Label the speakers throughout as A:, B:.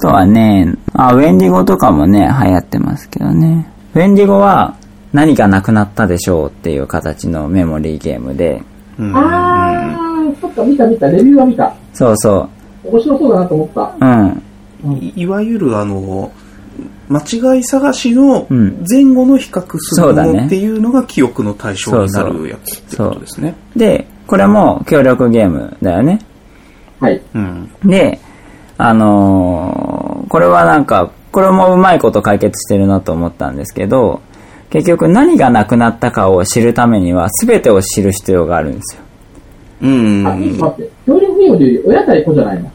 A: とはね、あ、ウェンディゴとかもね、流行ってますけどね。ウェンディゴは、何がなくなったでしょうっていう形のメモリーゲームで、
B: うん
C: あー、そっか、見た見た、レビューは見た。
A: そうそ
C: 面白そうだなと思った。
A: う、うん、
B: いいわゆるあの、間違い探しの
A: うん
B: 前後の比較す
A: そう
B: る
A: だ
B: も
A: ね
B: のっていうのが記憶の対象になるやつってことですね。
A: で、これも協力ゲームだよね。
C: はい。
B: うん。
A: で、あのーこれはなんか、これもうまいこと解決してるなと思ったんですけど、結局何がなくなったかを知るためには全てを知る必要があるんですよ。
B: うん。
C: あ、ちょっと待って。協力ゲームというより、親対子じゃないの。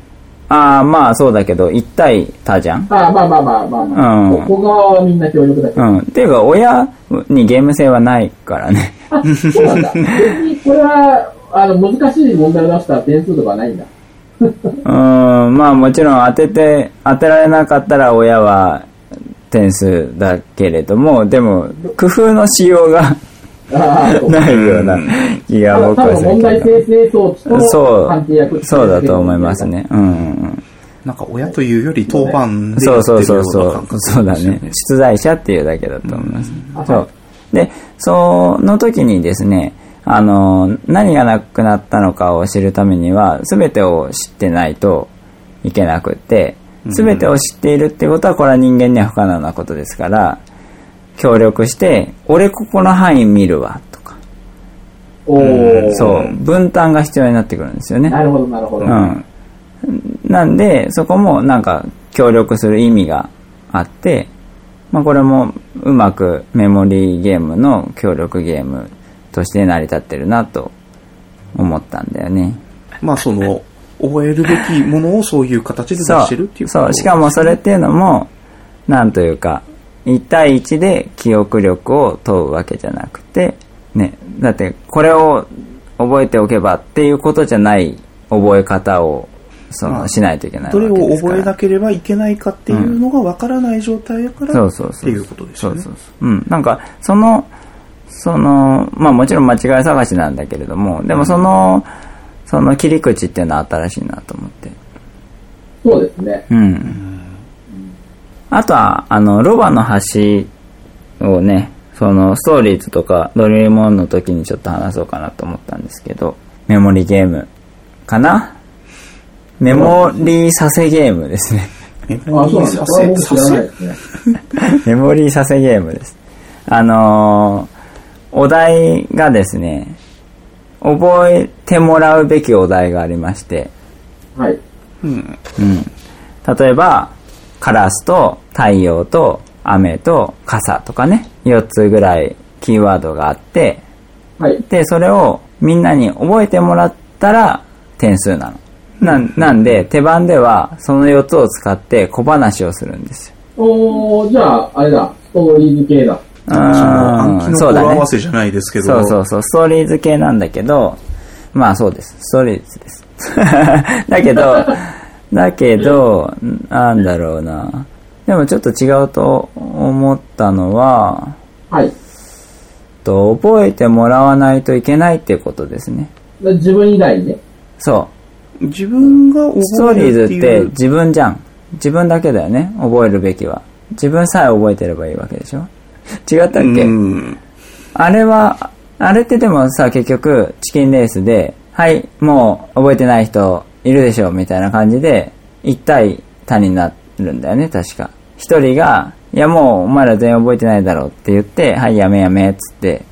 A: ああ、まあそうだけど、一対他じゃん。
C: あーまあまあまあまあまあ。
A: うん
C: ここ側はみんな協力だけ
A: うん。っていうか、親にゲーム性はないからね。
C: ど。そうなんだ。別にこれは、あの、難しい問題を出したら点数とかはないんだ。
A: うーん、まあもちろん当てて、当てられなかったら親は点数だけれども、でも、工夫のしようが
C: ああ、そう。
A: ないような気が
C: ただ
A: 僕
C: 多
A: は
C: 分
A: する
C: 問
A: け
C: 題
A: ど。
C: 生成装置
A: そ
C: と判定役
A: う、そうだと思います。ね。うんうん
B: なんか親というより当番
A: うん。
B: で
A: そ
B: や
A: う
B: って
A: そ
B: る
A: う
B: よ
A: そううそ
B: な感
A: う。
B: 覚
A: そうだ
B: ですよ
A: ね。出題者っていうだけだと思います。
C: ん
A: そう。で、その時にですね、あの、何がなくなったのかを知るためには、すべてを知ってないといけなくって、すべてを知っているってことは、これは人間には不可能なことですから、協力して、俺ここの範囲見るわ、とか。
C: おー
A: そう。分担が必要になってくるんですよね。
C: なるほど、なるほど。
A: うん。なんで、そこもなんか協力する意味があって、まあこれもうまくメモリーゲームの協力ゲームとして成り立ってるなと思ったんだよね。
B: まあその、覚えるべきものをそういう形で出
A: そ。
B: してるっていうう
A: そう。しかもそれっていうのも、なんというか、1対1で記憶力を問うわけじゃなくて、ね、だってこれを覚えておけばっていうことじゃない覚え方を、そ
B: ま
A: の、
B: あ
A: しないといけないわけ
B: どれ
A: ですから。
B: を覚えなければいけないかっていうのがわからない状態だから、
A: そうそうそう。
B: っていうことですよね
A: そうそうそう。うん。なんか、その、その、まあもちろん間違い探しなんだけれども、でもその、その切り口っていうのは新しいなと思って。
C: そうですね。
A: うん。あとは、あの、ロバの橋をね、その、ストーリーズとか、ドリームオンの時にちょっと話そうかなと思ったんですけど、メモリゲームかなメモリーさせゲームですね。
B: メ
C: あ
B: モリ
C: そう
B: ー
C: なんだ。
B: さ
C: こ
B: せ、
C: れは僕知
B: さ
C: らない
B: せ
C: で、すね。
A: メモリーさせゲームです。あのーお題がですね、覚えてもらうべきお題がありまして、
C: はい。
B: うん、
A: 例えば、カラスと太陽と雨と傘とかね、4つぐらいキーワードがあって、
C: はい。
A: で、それをみんなに覚えてもらったら点数なの。なんなんで、手番ではその4つを使って小話をするんですよ。
C: おー、じゃあ、あれだ。ストーリーズ系だ。
A: うーん
B: 暗記の
A: そう
B: 語
A: だ
B: 呂
A: ね
B: 合わせじゃないですけど、
A: そうそうそう、ストーリーズ系なんだけど、まあそうです。ストーリーズです。 だけ ど、だけど、なんだろうな。でもちょっと違うと思ったのは、
C: はい。
A: と覚えてもらわないといけないっていうことですね。
C: 自分以外にね。
A: そ
B: 自分が
A: う。ストー
B: 覚
A: リ
B: える
A: ーズ
B: って
A: って
B: いう
A: 自分じゃん。自分だけだよね。覚えるべきは。自分さえ覚えてればいいわけでしょ違ったっけ、
B: うん、
A: あれは、あれってでもさ、結局、チキンレースで、はい、もう覚えてない人いるでしょ、みたいな感じで、一対他になるんだよね、確か。一人が、いやもうお前ら全員覚えてないだろうって言って、はい、やめやめ、つって。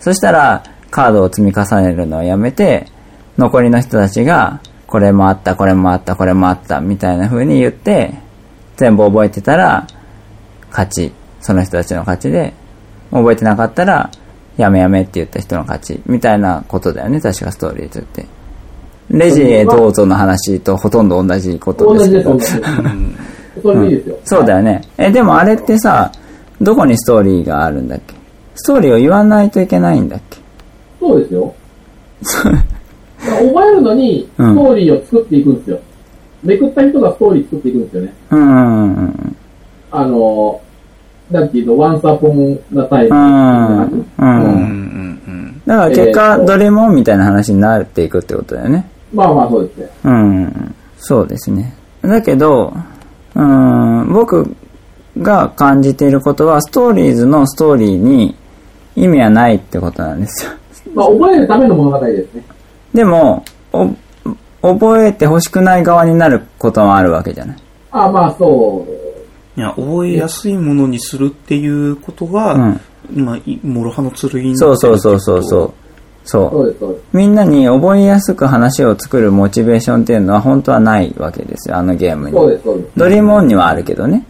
A: そしたら、カードを積み重ねるのをやめて、残りの人たちが、これもあった、これもあった、これもあった、みたいな風に言って、全部覚えてたら、勝ち。その人たちの勝ちで、覚えてなかったら、やめやめって言った人の勝ち。みたいなことだよね、確かストーリーズって。レジへどうぞの話とほとんど同じこと
C: 同
A: です
C: じ
A: け
C: です、同
A: ど
C: じ。です。それでいいですよ。
A: そうだよね。え、でもあれってさ、どこにストーリーがあるんだっけストーリーを言わないといけないんだっけ
C: そうですよ。覚えるのに、ストーリーを作っていくんですよ。めくった人がストーリー作っていくんですよね。
A: うんうんうんうん。
C: あの、なんていうの、ワンサポンなタイプ。
A: うん
B: う
A: うん。
B: うんん
A: だから結
C: え
A: 果、
C: ーと
A: どれもみたいな話になっていくってことだよね。
C: まあまあ、そうですね。
A: うん。そうですね。だけど、うん、僕が感じていることは、ストーリーズのストーリーに意味はないってことなんですよ。
C: まあ、覚えるための物語ですね。
A: でも、お覚えて欲しくない側になることもあるわけじゃない。
C: あまあ、そう。
B: いや、覚えやすいものにするっていうことが、
A: うん
B: 今、い諸刃の剣になってるってこと
A: そうそうそうそうそう。
C: そ
A: そう
C: です、そうです。
A: う。みんなに覚えやすく話を作るモチベーションっていうのは本当はないわけですよ、あのゲーム
C: そう
A: に。
C: です、そうです。
A: ドリームオンにはあるけどね。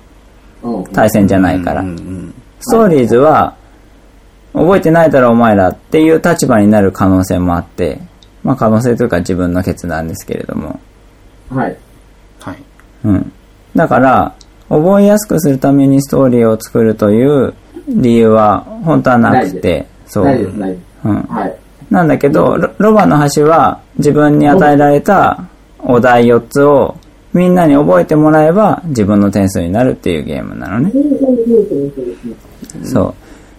C: うん。
A: 対戦じゃないから
B: うん。うん
A: ストーリーズは、覚えてないだろお前らっていう立場になる可能性もあって、まあ可能性というか自分の決断ですけれども。
C: はい。
B: はい。
A: うん。だから、覚えやすくするためにストーリーを作るという理由は本当はなく
C: ない
A: て、そう。
C: ないです、ないです。
A: うん。
C: はい。
A: なんだけど、ロロバの橋は自分に与えられたお題4つをみんなに覚えてもらえば自分の点数になるっていうゲームなのね。そ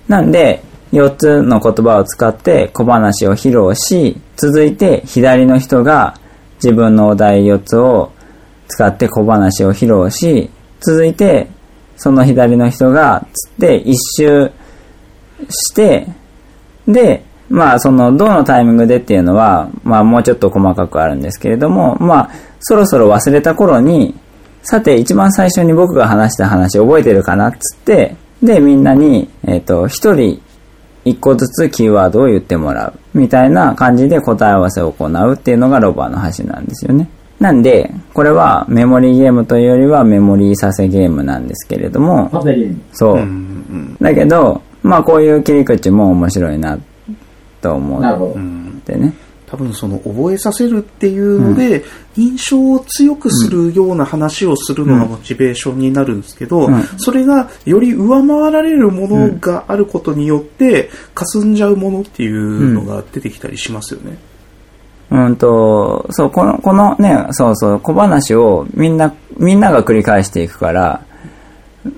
A: う。なんで、4つの言葉を使って小話を披露し、続いて左の人が自分のお題4つを使って小話を披露し、続いてその左の人がつって一周して、で、まあその、どのタイミングでっていうのは、まあもうちょっと細かくあるんですけれども、まあ、そろそろ忘れた頃に、さて一番最初に僕が話した話覚えてるかなっつって、で、みんなに、えっ、と、一人一個ずつキーワードを言ってもらう。みたいな感じで答え合わせを行うっていうのがロバーの橋なんですよね。なんで、これはメモリーゲームというよりはメモリーさせゲームなんですけれども、
C: パセリン。
A: そう。
B: うんうん
A: だけど、まあこういう切り口も面白いなと思
C: なる
A: っ
C: ほど
B: う。ん
A: てね。
B: 多分その覚えさせるっていうので、印象を強くするような話をするのがモチベーションになるんですけど、
A: うん
B: それがより上回られるものがあることによって、霞んじゃうものっていうのが出てきたりしますよね。
A: うんと、そう、この、このね、そうそう、小話をみんな、みんなが繰り返していくから、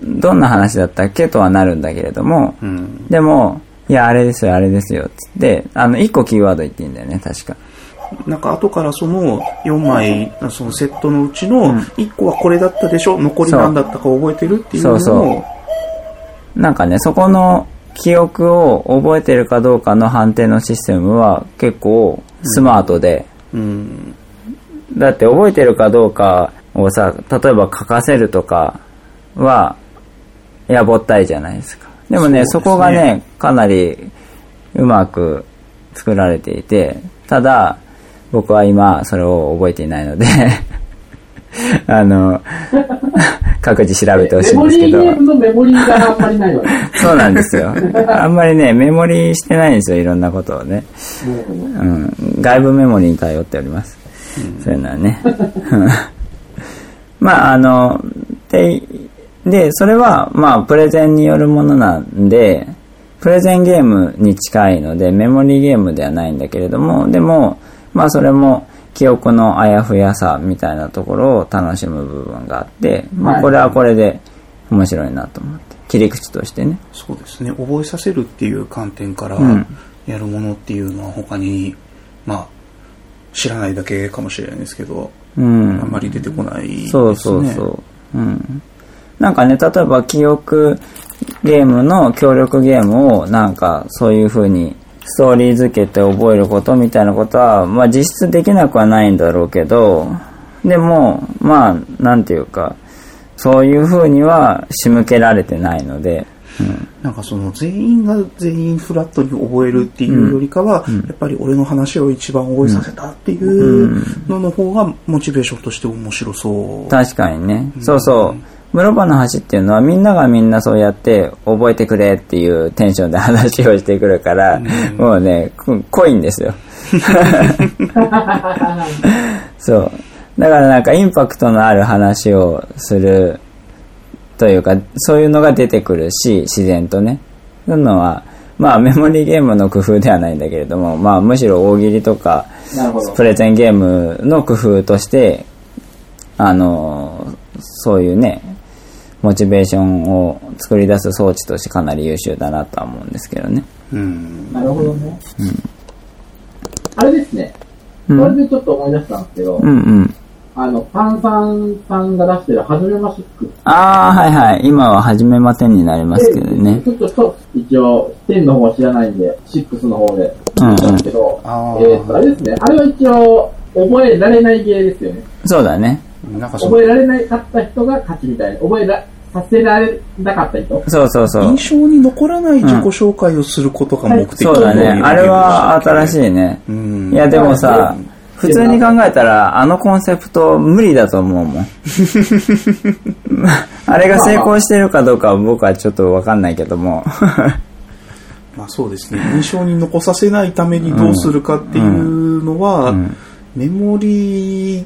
A: どんな話だったっけとはなるんだけれども、
B: うん
A: でも、いや、あれですよ、あれですよ、つって、あの、一個キーワード言っていいんだよね、確か。
B: なんか後からその4枚、そのセットのうちの
A: ん
B: 1個はこれだったでしょ、残り何だったか覚えてるっていうのも、
A: そうそなんかね、そこの記憶を覚えてるかどうかの判定のシステムは結構スマートで、
B: うん、
A: だって覚えてるかどうかをさ、例えば書かせるとかは、やぼったいじゃないですか。でもね、そ
B: そうですね
A: こがね、かなりうまく作られていて、ただ、僕は今、それを覚えていないので、 あの、各自調べてほし
C: メ
A: いん
C: モ
A: です
C: リ
A: け
C: ーゲ
A: ど。
C: ームのメモリーがあんまりないわけです。
A: そうなんですよ。あんまりね、メモリーしてないんですよ、いろんなことをね。うん、外部メモリに頼っております。そういうのはね。 まあ、あの、で、で、それは、まあ、プレゼンによるものなんで、プレゼンゲームに近いので、メモリーゲームではないんだけれども、でも、まあ、それも、記憶のあやふやさみたいなところを楽しむ部分があって、ま
C: は
A: あ、
C: い
A: これはこれで面白いなと思って。切り口としてね。
B: そうですね、覚えさせるっていう観点から
A: うん
B: やるものっていうのは他に、まあ、知らないだけかもしれないですけど、
A: うん。
B: あんまり出てこないですね。
A: そうそうそう。うん。なんかね、例えば記憶ゲームの協力ゲームをなんかそういう風にストーリー付けて覚えることみたいなことは、まあ実質できなくはないんだろうけど、でも、まあ、なんていうか、そういう風には仕向けられてないので、
B: なんかその全員が全員フラットに覚えるっていうよりかは、やっぱり俺の話を一番覚えさせたっていうのの方がモチベーションとして面白そう。
A: 確かにね。そうそう。室場の橋っていうのはみんながみんなそうやって覚えてくれっていうテンションで話をしてくるから、もうね、こ濃いんです よ。そう。だからなんかインパクトのある話をするというか、そういうのが出てくるし、自然とね。そういうのは、まあメモリーゲームの工夫ではないんだけれども、まあむしろ大喜利とか、
C: なるほど
A: プ。レゼンゲームの工夫として、あの、そういうね、モチベーションを作り出す装置としてかなり優秀だなとは思うんですけどね。
B: うん。
C: なるほどね。あれですね。
A: うん
C: これでちょっと思い出したんですけど、
A: うんうん。
C: ああの、パンさんさんが出してる、はじめまシック。
A: ああ、はいはい。今は始めませんになりますけどね
C: ち。ょっと一応、10の方は知らないんで、6の方で。
A: うんうん
C: ですけど、
B: あ
C: えー、と、あれですね。あれは一応、覚えられない芸ですよね。
A: そうだね。
B: なんかそ
C: 覚
B: の
C: えられなかった人が勝ちみたいな。覚えら、させられなかった人。
A: そうそうそう。
B: 印象に残らない自己紹介をすることが目的
A: そうだね。あれは新しいね。
B: うん
A: いや、でもさ、普通に考えたら、あのコンセプト無理だと思うもん。あれが成功してるかどうかは僕はちょっとわかんないけども。
B: まあそうですね。印象に残させないためにどうするかっていうのは、メモリー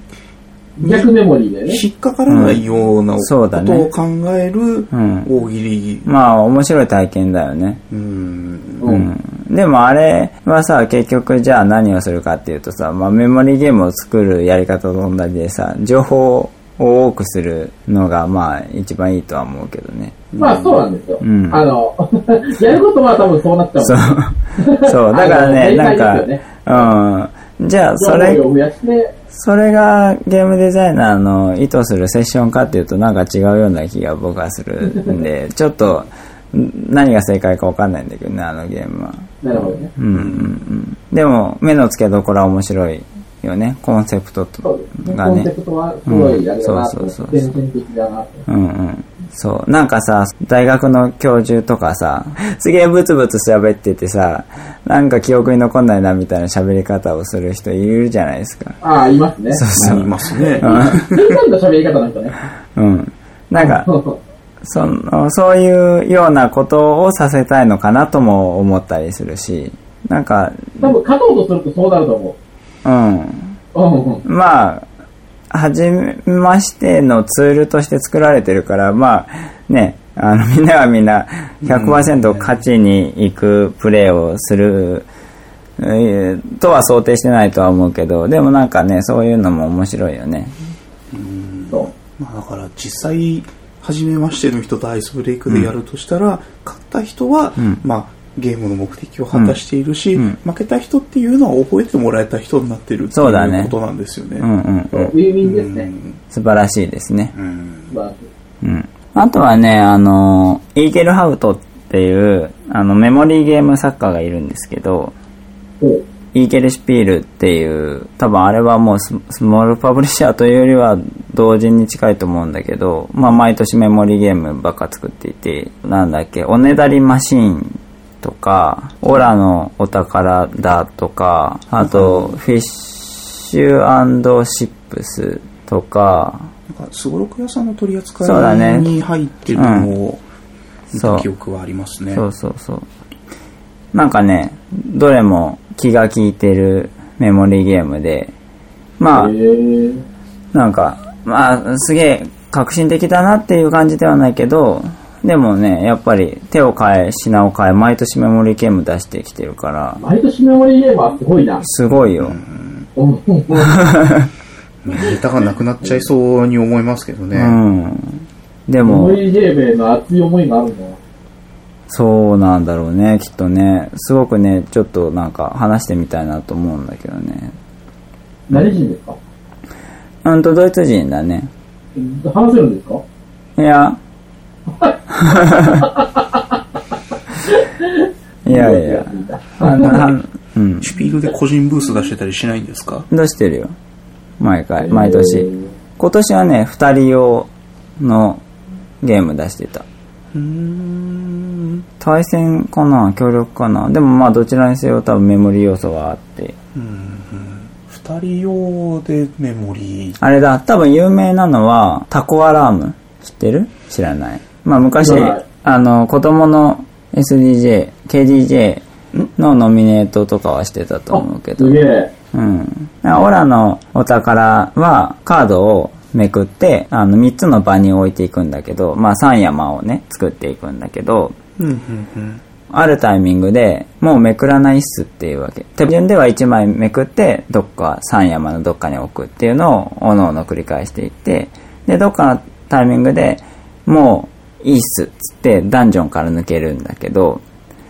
C: 逆メモリーでね。
B: 引っかからないような
A: うん
B: こ
A: そうだね
B: とを考える
A: ん
B: 大喜利。
A: まあ、面白い体験だよね。
B: うん。
C: うん。
A: でもあれはさ、結局じゃあ何をするかっていうとさ、まあメモリーゲームを作るやり方と同じでさ、情報を多くするのがまあ一番いいとは思うけどね。
C: まあそうなんですよ。
A: ん
C: あの、 やることは多分そうなっちゃう。
A: そう。そう、だから
C: あ
A: ね、な
C: の
A: ん
C: 正解ですよね
A: か、うん。じゃあそれ
C: 情報量を増やして、
A: それがゲームデザイナーの意図するセッションかっていうとなんか違うような気が僕はするん で、ちょっとん何が正解かわかんないんだけどね、あのゲームは。
C: なるほどね。
A: うんうんうん。でも、目の付けどころは面白いよね、コンセプト
C: そ
A: と
C: うですね。
A: が
C: コンセ
A: ね
C: プ。トはすごいあれだなと
A: うん
C: 思
A: そうそう
C: っ
A: そう
C: て、
A: そう
C: 全然的だなと。
A: うんうん。そう。なんかさ、大学の教授とかさ、 すげえブツブツ喋っててさ、なんか記憶に残んないなみたいな喋り方をする人いるじゃないですか。
C: ああ、いますね。
A: そう
B: あ
A: そ
B: り
A: う。
B: ますね。
C: それなんだ喋り方の人ね。
A: うん。なんか、
C: そうそう。
A: その、そういうようなことをさせたいのかなとも思ったりするし、なんか、
C: 多分、勝とうとするとそうなると思
A: うん。
C: う。うんうん。
A: まあ、はじめましてのツールとして作られてるから、まあ、ね、あの、み んながみんな100%勝ちに行くプレーをする、えーとは想定してないとは思うけど、でもなんかね、そういうのも面白いよね。
C: そう。
B: まあだから実際、初めましての人とアイスブレイクでやるとしたら、勝った人は、まあ、ゲームの目的を果たしているし、
A: うん
B: 負けた人っていうのは覚えてもらえた人になってるってい
A: そうだ
B: う
A: ね
B: ことなんですよね。
A: うんうん
C: ウ。ィンウィンです
B: う
C: ね。
B: ん
A: 素晴らしいですね。
B: うん
C: 素晴らしい。
A: うん。あとはね、あの、イーゲルハウトっていう、あの、メモリーゲーム作家がいるんですけど、
C: ほう。
A: イーゲルシュピールっていう、多分あれはもうススモールパブリッシャーというよりは同人に近いと思うんだけど、まあ毎年メモリーゲームばっか作っていて、なんだっけ、おねだりマシーンとか、オラのお宝だとか、あと、フィッシュシップスとか、
B: なんか、すごろく屋さんの取り扱
A: そうだ
B: い
A: ね
B: に入ってるのを見
A: そ
B: た
A: う
B: 記憶はありますね。
A: そうそうそう。なんかね、どれも気が利いてるメモリーゲームで、まあ
C: へ、ー
A: なんか、まあ、すげえ革新的だなっていう感じではないけど、でもね、やっぱり手を変え、品を変え、毎年メモリーゲーム出してきてるから、
C: 毎年メモリーゲームはすごいな。
A: すごいよ。
C: うんうん
B: まあネタがなくなっちゃいそうに思いますけどね。
A: うん。で
C: メモ
A: も、
C: リーゲームへの熱い思いがあるんだな。
A: そうなんだろうね、きっとね。すごくね、ちょっとなんか話してみたいなと思うんだけどね。
C: 何人ですか
A: うんと、ドイツ人だね。
C: 話せるんですか
A: い や。いやいや。あの、はんうん。
B: シュピールで個人ブース出してたりしないんですか
A: 出してるよ。毎回、毎
C: え
A: 年。
C: ー
A: 今年はね、二人用のゲーム出してた。
B: うーん。
A: 対戦かな協力かなでもまあどちらにせよ多分メモリー要素はあって。
B: 二人用でメモリー。
A: あれだ、多分有名なのはタコアラーム。知ってる知らない。まあ昔
C: 知らない、
A: あの、子供の SDJ、KDJ のノミネートとかはしてたと思うけど
C: す。げえ。
A: うん。オラのお宝はカードをめくって、あの3つの場に置いていくんだけど、まあ3山をね、作っていくんだけど、
B: うん、うん、うん。
A: あるタイミングでもうめくらないっすっていうわけ。手順では1枚めくって、どっか3山のどっかに置くっていうのを、おのおの繰り返していって、で、どっかのタイミングでもういいっすっつってダンジョンから抜けるんだけど、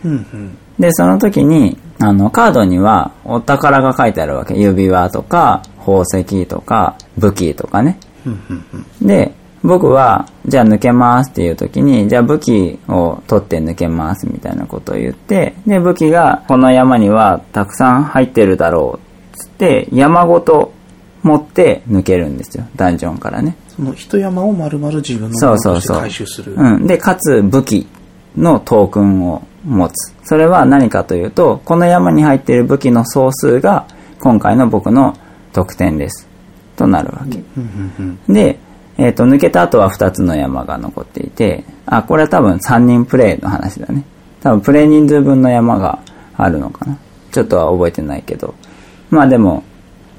B: うん、うん。
A: で、その時に、あの、カードにはお宝が書いてあるわけ。指輪とか、宝石とか、武器とかね。
B: うんうんうん
A: で、僕は、じゃあ抜けますっていう時に、じゃあ武器を取って抜けますみたいなことを言って、で、武器がこの山にはたくさん入ってるだろうっつって、山ごと持って抜けるんですよ。ダンジョンからね。
B: その一山を丸々自分のも
A: そ
B: の
A: うそ
B: と
A: う
B: して
A: そう。
B: 回収する。
A: うん。で、かつ武器のトークンを持つ。それは何かというと、この山に入っている武器の総数が、今回の僕の得点です。となるわけ。
B: うんうんうん
A: で、えっ、と、抜けた後は2つの山が残っていて、あ、これは多分3人プレイの話だね。多分プレイ人数分の山があるのかな。ちょっとは覚えてないけど。まあでも、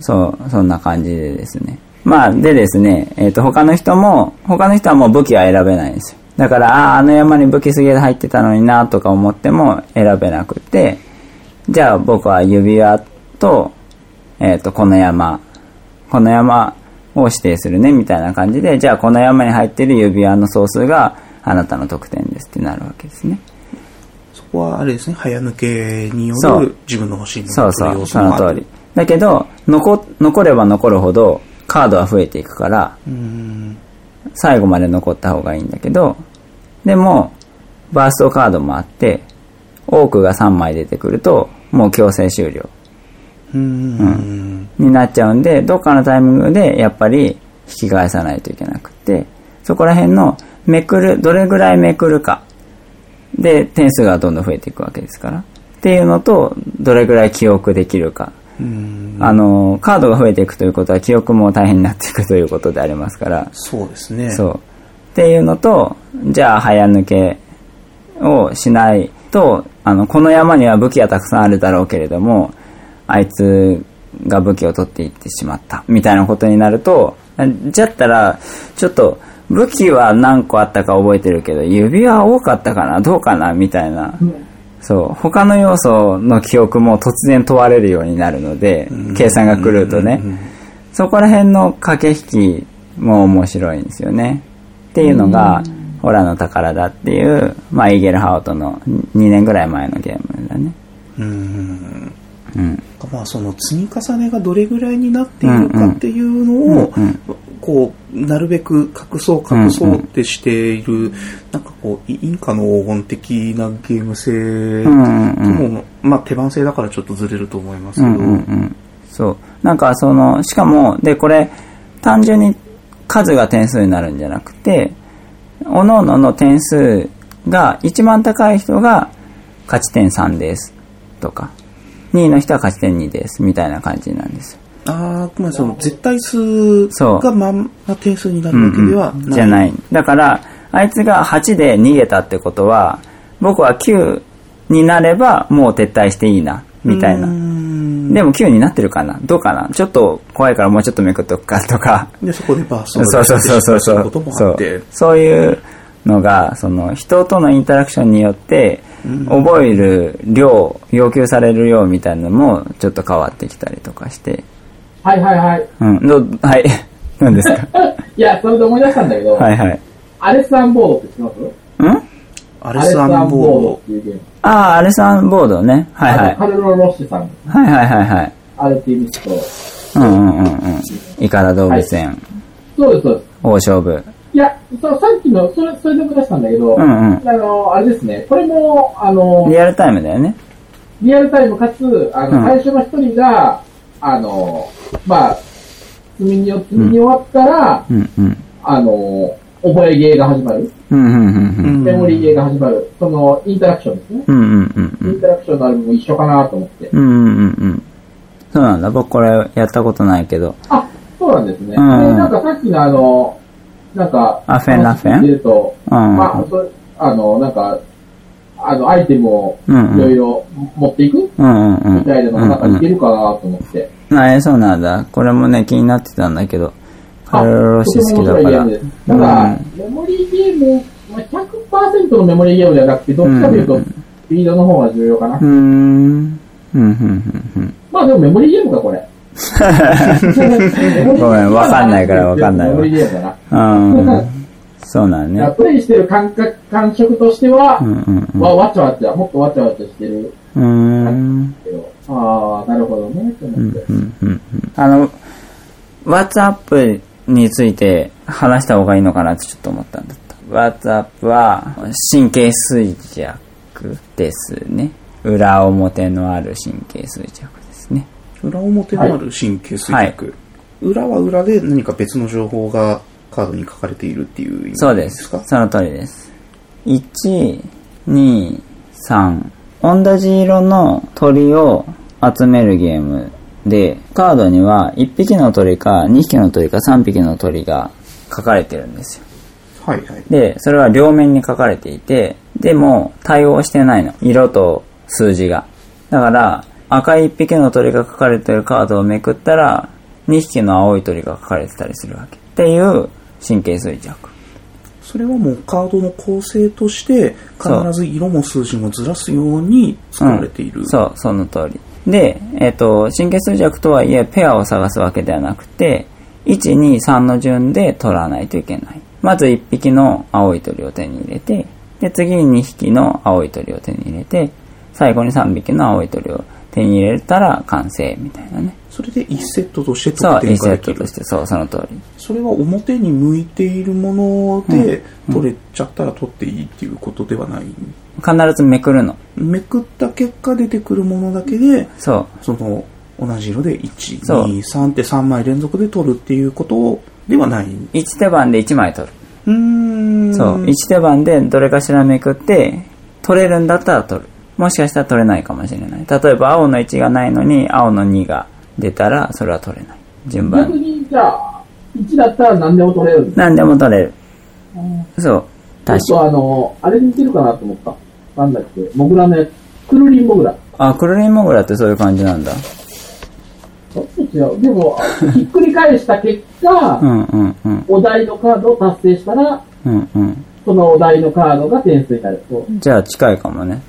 A: そう、そんな感じでですね。まあ、でですね、えっ、と、他の人も、他の人はもう武器は選べないんですよ。だから、ああ、あの山に武器すげえ入ってたのになとか思っても選べなくて、じゃあ僕は指輪と、えっ、と、この山、この山を指定するね、みたいな感じで、じゃあこの山に入ってる指輪の総数があなたの得点ですってなるわけですね。
B: そこはあれですね、早抜けによ
A: そ
B: る
A: う
B: 自分の欲しいも
A: そ
B: の
A: う
B: と
A: そ
B: いう要
A: う、
B: 素
A: そ
B: も
A: の
B: あ
A: 通
B: る
A: り。。だけど、残、残れば残るほど、カードは増えていくから、
B: うん
A: 最後まで残った方がいいんだけど、でも、バーストカードもあって、多くが3枚出てくると、もう強制終了
B: うんうん
A: になっちゃうんで、どっかのタイミングでやっぱり引き返さないといけなくて、そこら辺のめくる、どれぐらいめくるかで点数がどんどん増えていくわけですから。っていうのと、どれぐらい記憶できるか。
B: うん
A: あの、カードが増えていくということは記憶も大変になっていくということでありますから。
B: そうですね。
A: そう。っていうのと、じゃあ早抜けをしないと、あの、この山には武器はたくさんあるだろうけれども、あいつが武器を取っていってしまった、みたいなことになると、じゃったら、ちょっと、武器は何個あったか覚えてるけど、指輪多かったかなどうかなみたいな。そう。他の要素の記憶も突然問われるようになるので、計算が狂うとね。そこら辺の駆け引きも面白いんですよね。っていうのが、オラの宝だっていう、まあ、イーゲルハウトの2年ぐらい前のゲームだね。
B: うん
A: うん。
B: まあその積み重ねがどれぐらいになっているかっていうのを、
A: うんうん
B: こうなるべく隠そう隠そうってしている、なんかこうインカの黄金的なゲーム性と
A: うんうん
B: も、まあ手番制だからちょっとずれると思います
A: う
B: け
A: ん
B: ど、
A: うんうん。そう。なんかその、しかも、で、これ、単純に数が点数になるんじゃなくて、各々の点数が一番高い人が勝ち点3です。とか、2位の人は勝ち点2です。みたいな感じなんですよ。
B: あーあくまでその絶対数
A: そう
B: がまんま点数になるわけではない。
A: じゃない。だから、あいつが8で逃げたってことは、僕は9になればもう撤退していいな、みたいう
B: ー
A: な。
B: ん
A: でも9になってるかなどうかなちょっと怖いからもうちょっとめくっとくか とか。
B: で、そこでバース
A: そ
B: ト
A: うそうそうそうそう
B: す
A: そ
B: ること
A: う
B: も
A: そ
B: あっ
A: う
B: て。
A: そういうのが、その人とのインタラクションによって、覚える量、要求される量みたいなのもちょっと変わってきたりとかして。
C: はいはいはい。
A: うん、どはい。 何です か
C: いや、それで思い出したんだけど、
A: はいはい。
C: アレスアンボードって知ってます
A: ん
B: アレス・アンボード。
C: っていうゲーム。
A: ああ、アレさんボードね。はいはい。
C: カルロ・ロッシュさん、
A: はいはいはいはい。
C: アルティミスト。
A: うんうんうんうん。イカダ動物園、
C: そうです、そうです。
A: 大勝負。
C: いや、そさっきの、それ、それで思い出したんだけど、
A: うんうん。
C: あの、あれですね、これも、あの、
A: リアルタイムだよね。
C: リアルタイムかつ、あの、
A: うん
C: 最初の一人が、あの、まあ、積みによ、積みに終わったら、
A: うんうん。
C: あの、覚えゲーが始まる。
A: うんうんうんうん。
B: うん
C: メモリーゲーが始まる。その、インタラクションですね。
A: うんうんうんう
C: イ
A: ん。
C: ンタラクションのあれも一緒かなと思って。
A: うんうんうんうん。そうなんだ。僕これやったことないけど。
C: あ、そうなんですね。
A: うん
C: でなんかさっきのあの、なんか、
A: アフェンラフェン
C: 見ると、
A: うん。
C: まあ、それあの、なんか、あの、アイテムをい
A: うんうん
C: ろいろ持っていく
A: うんうんうん。
C: みたいなのがなんかいけるかなと思って。
A: うんあえそうなんだ。これもね、気になってたんだけど。カルロロシ好きだから。
C: とても面白いゲームですただ、メモリーゲーム、まあ、100%のメモリーゲームではなくて、どっちかという
A: う
C: と、
A: ん
C: スピードの方が重要かな。
A: うーん。うん、うん、うん、うん。
C: まあでもメモリーゲームか、これ。
A: ごめんわかんないからわかんないわ
C: メモリーゲームだな。
A: うん。そうなん
C: だから
A: ね。
C: プレイしてる感覚、感触としては、
A: うん、うん、
C: わわちゃわちゃ、もっとわちゃわちゃしてる
A: うん。うーん。
C: けど、ああ、なるほどね、と
A: うん
C: 思って。
A: うんうんうんあの、 WhatsApp について話した方がいいのかなってちょっと思ったんだった。WhatsApp は神経衰弱ですね。裏表のある神経衰弱ですね。
B: 裏表のある神経衰弱、裏は裏で何か別の情報がカードに書かれているっていう意味ですか
A: そうです。その通りです。1、2、3。同じ色の鳥を集めるゲームで、カードには1匹の鳥か2匹の鳥か3匹の鳥が書かれてるんですよ。
B: はいはい
A: で、それは両面に書かれていて、でも対応してないの。色と数字が。だから、赤い1匹の鳥が書かれてるカードをめくったら、2匹の青い鳥が書かれてたりするわけ。っていう神経衰弱。
B: それはもうカードの構成として必ず色も数字もずらすように作られている、
A: うんそうその通りで、えっと神経衰弱とはいえペアを探すわけではなくて123の順で取らないといけないまず1匹の青い鳥を手に入れてで次に2匹の青い鳥を手に入れて最後に3匹の青い鳥を手に入れたら完成みたいなね
B: それで1セットとして
A: そう
B: 得
A: 1
B: 点が
A: セ
B: で
A: ッ
B: き
A: ト
B: る
A: としてそうその通り
B: それは表に向いているもので取れちゃったら取っていいっていうことではない、
A: 必ずめくるの
B: めくった結果出てくるものだけで
A: そう
B: その同じ色で
A: そう
B: 123って3枚連続で取るっていうことではないう
A: 1手番で1枚取る
B: ーん
A: そう、1手番でどれかしらめくって、取れるんだったら取る。もしかしたら取れないかもしれない。例えば青の1がないのに青の2が出たらそれは取れない。順番
C: 逆
A: に。
C: に、じゃあ、1だったら何でも取れるんです
A: 何でも取れる。
C: ね。
A: そう。
C: ちょっ
A: 確か。
C: とあの、あれに似てるかなと思った。なんだっけ、モグラのやつ。くるりんモグラ。
A: あ、クルリンモグラってそういう感じなんだ。
C: ちょっと違う。でも、ひっくり返した結果、
A: うんうんうん。
C: お題のカードを達成したら、
A: うんうん。
C: そのお題のカードが点数になると、
A: じゃあ近いかもね。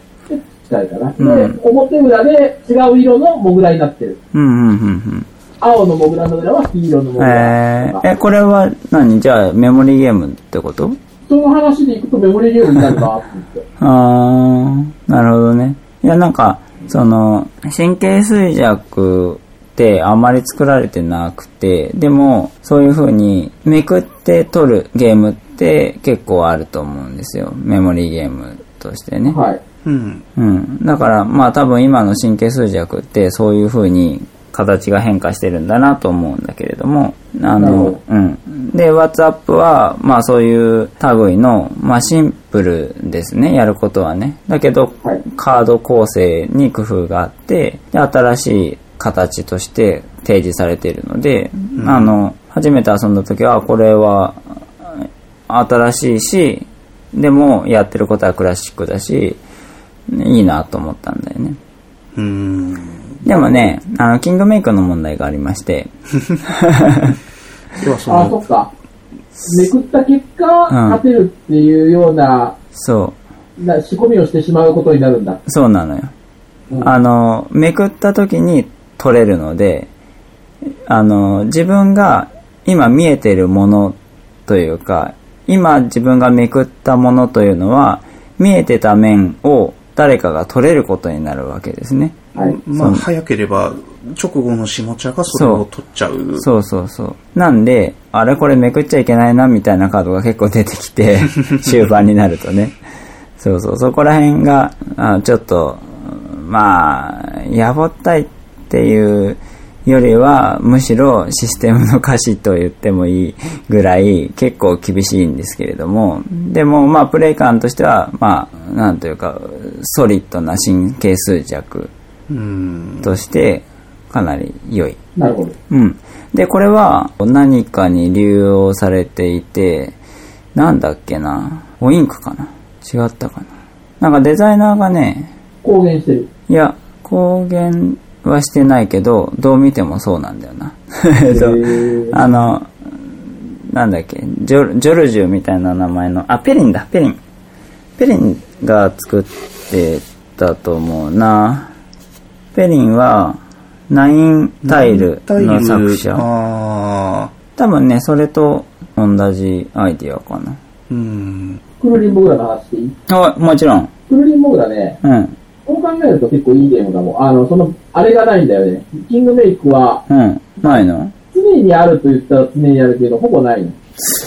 C: 近いかな。
A: うん
C: で、表裏で違う色のモグラになってる。
A: うんうんうん
C: 青のモグラの裏は黄色のモ
A: うん。
C: グ
A: え
C: ラ。
A: ー、え、これは何じゃあメモリーゲームってこと
C: その話でいくとメモリーゲームになるなって言って。
A: あー、なるほどね。いや、なんか、その、神経衰弱ってあまり作られてなくて、でも、そういう風にめくって取るゲームって結構あると思うんですよ。メモリーゲームとしてね。
C: はい。
B: うん
A: うん。だから、まあ多分今の神経衰弱ってそういう風に形が変化してるんだなと思うんだけれども、あ
C: なるほ
A: の
C: ど、
A: うん。で、WhatsApp は、まあそういう類の、まあシンプルですね、やることはね。だけど、
C: はい
A: カード構成に工夫があって、で新しい形として提示されているので、あの、初めて遊んだ時は、これは新しいし、でもやってることはクラシックだし、いいなと思ったんだよね。
B: うーん
A: でもね、あの、キングメイクの問題がありまして、
B: ではそ
C: あ、そ
B: の
C: っか。めくった結果、
A: ん
C: 勝てるっていうような、
A: そ
C: な仕込みをしてしまうことになるんだ。
A: う、そうなのよ。
C: うん
A: あの、めくった時に取れるので、あの、自分が今見えてるものというか、今自分がめくったものというのは、見えてた面を誰かが取れることになるわけですね。
C: はい。
B: まあ早ければ直後の下茶がそれを取っちゃう
A: そうそうそう。なんで、あれこれめくっちゃいけないなみたいなカードが結構出てきて、終盤になるとね。そうそう、そこら辺が、あちょっと、うんまあ、やぼったいっていうよりは、むしろシステムの歌詞と言ってもいいぐらい結構厳しいんですけれども、でもまあ、プレイ感としては、まあ、なんというか、ソリッドな神経衰弱
B: うん
A: として、かなり良い
C: なるほど。
A: うん。で、これは何かに流用されていて、なんだっけな。オインクかな違ったかな。なんかデザイナーがね、
C: 公言してる。
A: いや、公言はしてないけど、どう見てもそうなんだよな。 えっと
C: へー
A: あの、なんだっけ、ジョルジョルジュみたいな名前の、あ、ペリンだ、ペリン。ペリンが作ってたと思うな。ペリンは、ナインタイルの作者。
B: ああ
A: 多分ね、それと同じアイディアかな。
B: うん
C: くるりんモグラの話していい
A: あ、もちろん。
C: くるりんモグラね、
A: うん。
C: こう考えると結構いいゲームだもん。あの、その、あれがないんだよね。キングメイクは、
A: うん。ないの
C: 常にあると言ったら常にあるけど、ほぼないの。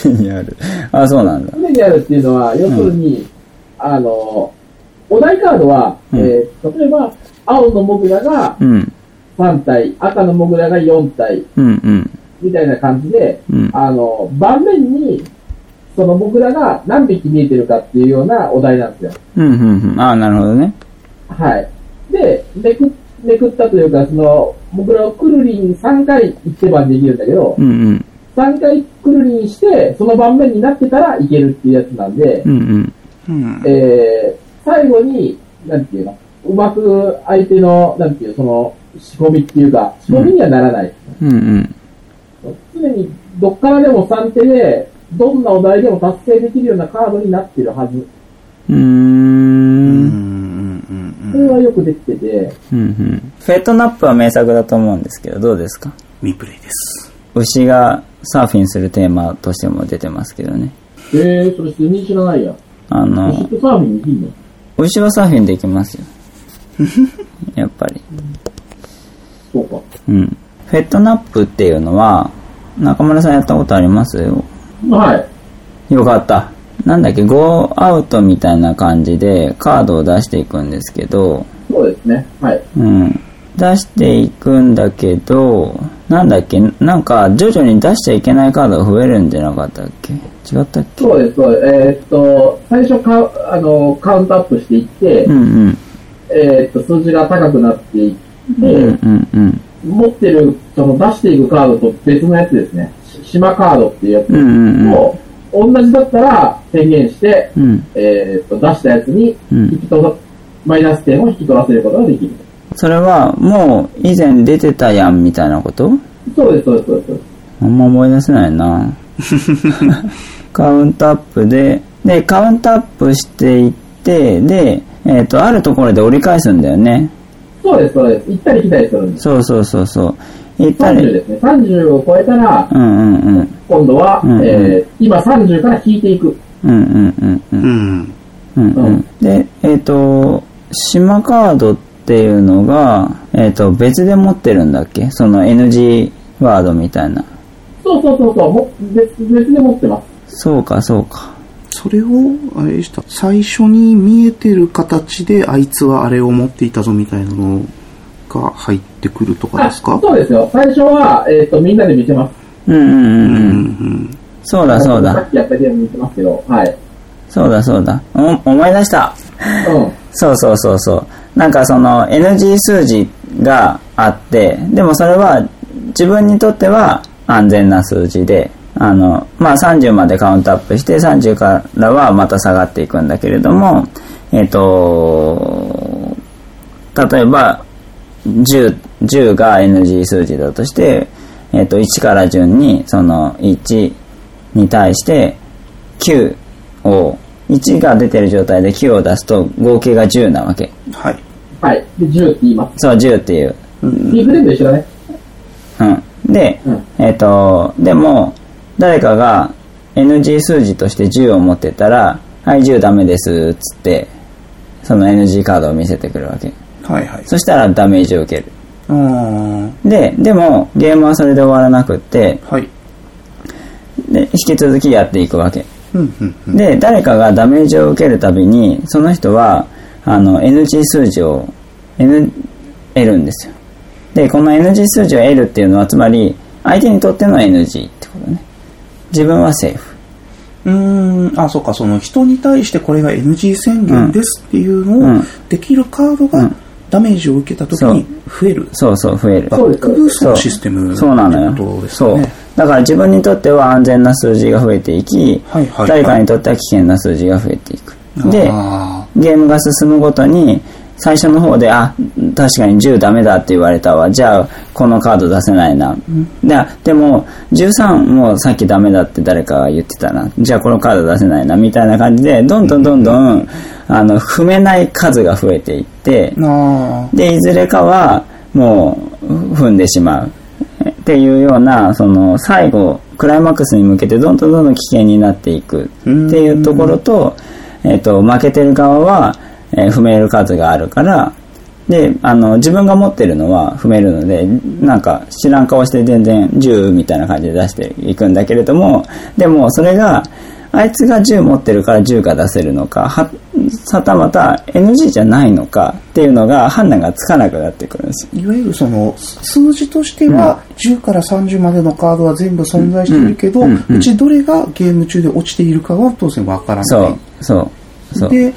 A: 常にある。あ、そうなんだ。
C: 常にあるっていうのは、要するに、あの、お題カードは、
A: うん
C: えー例えば、青のモグラが
A: うん。
C: 3体、赤のモグラが4体、
A: うんうん。
C: みたいな感じで、
A: うん
C: あの、盤面に、そのモグラが何匹見えてるかっていうようなお題なんですよ。
A: うんうんうん。あなるほどね。
C: はい。で、めくめくったというか、その、僕らをくるりん3回一番できるんだけど、
A: うんうん。
C: 3回くるりんして、その盤面になってたらいけるっていうやつなんで、
A: うんうん。
B: うん。
C: えー、最後に、なんていうの、うまく相手の、なんていうの、その、仕込みっていうか、仕込みにはならない。
A: うんうん。
C: 常に、どっからでも3手で、どんなお題でも達成できるようなカードになってるはず。
A: うー。
B: うんん。うん
C: そうれ
B: ん。
C: はよくできてて、
A: うんうん。フェイトナップは名作だと思うんですけど、どうですか
B: ミプレイです。
A: 牛がサーフィンするテーマとしても出てますけどね。
C: えー、それ全然知らないや。
A: あ
C: うし
A: の、
C: とサーフィンできんの
A: 牛はサーフィンできます よ。やっぱり。
C: そうか。
A: うん。フェットナップっていうのは、中村さんやったことありますよ。
C: はい。
A: よかった。なんだっけ、ゴーアウトみたいな感じでカードを出していくんですけど、
C: そうですね。はい。
A: うん。出していくんだけど、なんだっけ、なんか徐々に出しちゃいけないカードが増えるんじゃなかったっけ違ったっけ
C: そうです、そうです。えーっと、最初カあのカウントアップしていって、
A: うんうん。
C: えーっと、数字が高くなっていって、
A: うんうんうん。
C: 持ってる、その出していくカードと別のやつですね。し島カードっていうやつ
A: うんうんうん。
C: を、同じだったら宣言して、
A: うん。
C: えーっと、出したやつに
A: うん
C: 引き取ら、マイナス点を引き取らせることができる。
A: それはもう以前出てたやんみたいなこと
C: そうです、そうです、そうですそうで
A: あんま思い出せない なカウントアップで、で、カウントアップしていって、で、えっ、と、あるところで折り返すんだよね。
C: す。そうです、そうです。行ったり来たりするんです。
A: そうそうそうそう。行った
C: 30
A: り、
C: ですね。30を超えたら、
A: うんうんうん。
C: 今度は、
A: うんうん
C: えー今30から引いていく。
A: うんうんうんうん。
B: うん。
A: うんうん、で、えっ、と、島カードっていうのが、えっ、と、別で持ってるんだっけその NG ワードみたいな。
C: そうそうそうそう、も別別で持ってます。
A: そうか、そうか。
B: それを、あれでした。最初に見えてる形で、あいつはあれを持っていたぞみたいなのが入ってくるとかですか
C: そうですよ。最初は、えっ、と、みんなで見せま
A: う
C: す。
A: んうんうん
B: う
A: うん。
B: ん。
A: そうだそう
C: さ
A: だ。
C: っきやったゲーム見せますけど、はい。
A: そうだそうだ。お思い出した。そうそうそうそう。なんかその NG 数字があって、でもそれは自分にとっては安全な数字で、あの、まあ30までカウントアップして30からはまた下がっていくんだけれども、えっ、と、例えば 10, 10が NG 数字だとして、えっと1から順にその1に対して9を1が出てる状態で9を出すと合計が10なわけ
B: はい。
C: うん。はい。で、10って言います。
A: そう10っていう、
C: リーフレンド一緒だね。
A: うん、で、
C: うん
A: えっとでも誰かが NG 数字として10を持ってたら「はい10ダメです」っつってその NG カードを見せてくるわけ
B: はいはい。
A: そしたらダメージを受ける
B: あー
A: で、でも、ゲームはそれで終わらなくって、
B: はい。
A: で、引き続きやっていくわけ。
B: うん、うん、うん。
A: で、誰かがダメージを受けるたびに、その人は、あの、NG 数字を、N、得るんですよ。で、この NG 数字を得るっていうのは、つまり、相手にとっての NG ってことね。自分はセーフ。
B: うーん、あ、そうか、その人に対してこれが NG 宣言ですっていうの
A: う
B: を
A: ん、
B: できるカード
A: う
B: が
A: ん
B: ダメージを受けた時に増える。
A: そうそう、増える。
B: バ
C: う
B: ッ
C: です
B: クブース
A: そ
B: の
A: う
B: システム
A: そうなの
B: ってこと
A: よ。
B: です
A: そう
B: ね。。
A: だから自分にとっては安全な数字が増えていき、
B: はいはいはい
A: 誰かにとっては危険な数字が増えていく。で、
B: あ
A: ゲームが進むごとに最初の方であ確かに10ダメだって言われたわじゃあこのカード出せないな、ででも13もさっきダメだって誰かが言ってたなじゃあこのカード出せないなみたいな感じでどんどんどんどん、あの踏めない数が増えていって
B: ーあ
A: でいずれかはもう踏んでしまうっていうようなその最後クライマックスに向けてどんどんどんどん危険になっていくっていうところと,、えっと負けてる側は、えー踏める数があるからで、あの、自分が持ってるのは踏めるので、なんか知らん顔して全然銃みたいな感じで出していくんだけれども、でもそれが、あいつが銃持ってるから銃が出せるのか、は、はたまた NG じゃないのかっていうのが判断がつかなくなってくるんですよ。
B: いわゆるその数字としては10から30までのカードは全部存在しているけど、
A: う
B: うん
A: うんうん
B: ちどれがゲーム中で落ちているかは当然わから
A: そ
B: な
A: う
B: い。、
A: そう、そう。
B: で、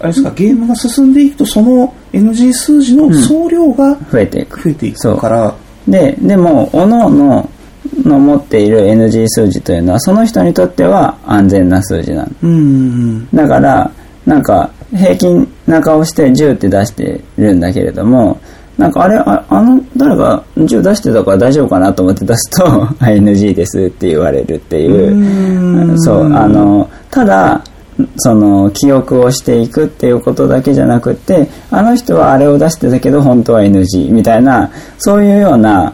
B: あれですか、ゲームが進んでいくとその NG 数字の総量が
A: 増えていく。
B: 増えてい
A: そ
B: く
A: う
B: から、
A: で、でも、各々のの持っている NG 数字というのは、その人にとっては安全な数字なの。
B: うんうん
A: だから、なんか、平均な顔して10って出してるんだけれども、なんかあれ、ああの、誰か10出してたから大丈夫かなと思って出すと、ING ですって言われるっていう。そう、あの、ただ、その、記憶をしていくっていうことだけじゃなくって、あの人はあれを出してたけど本当は NG みたいな、そういうような、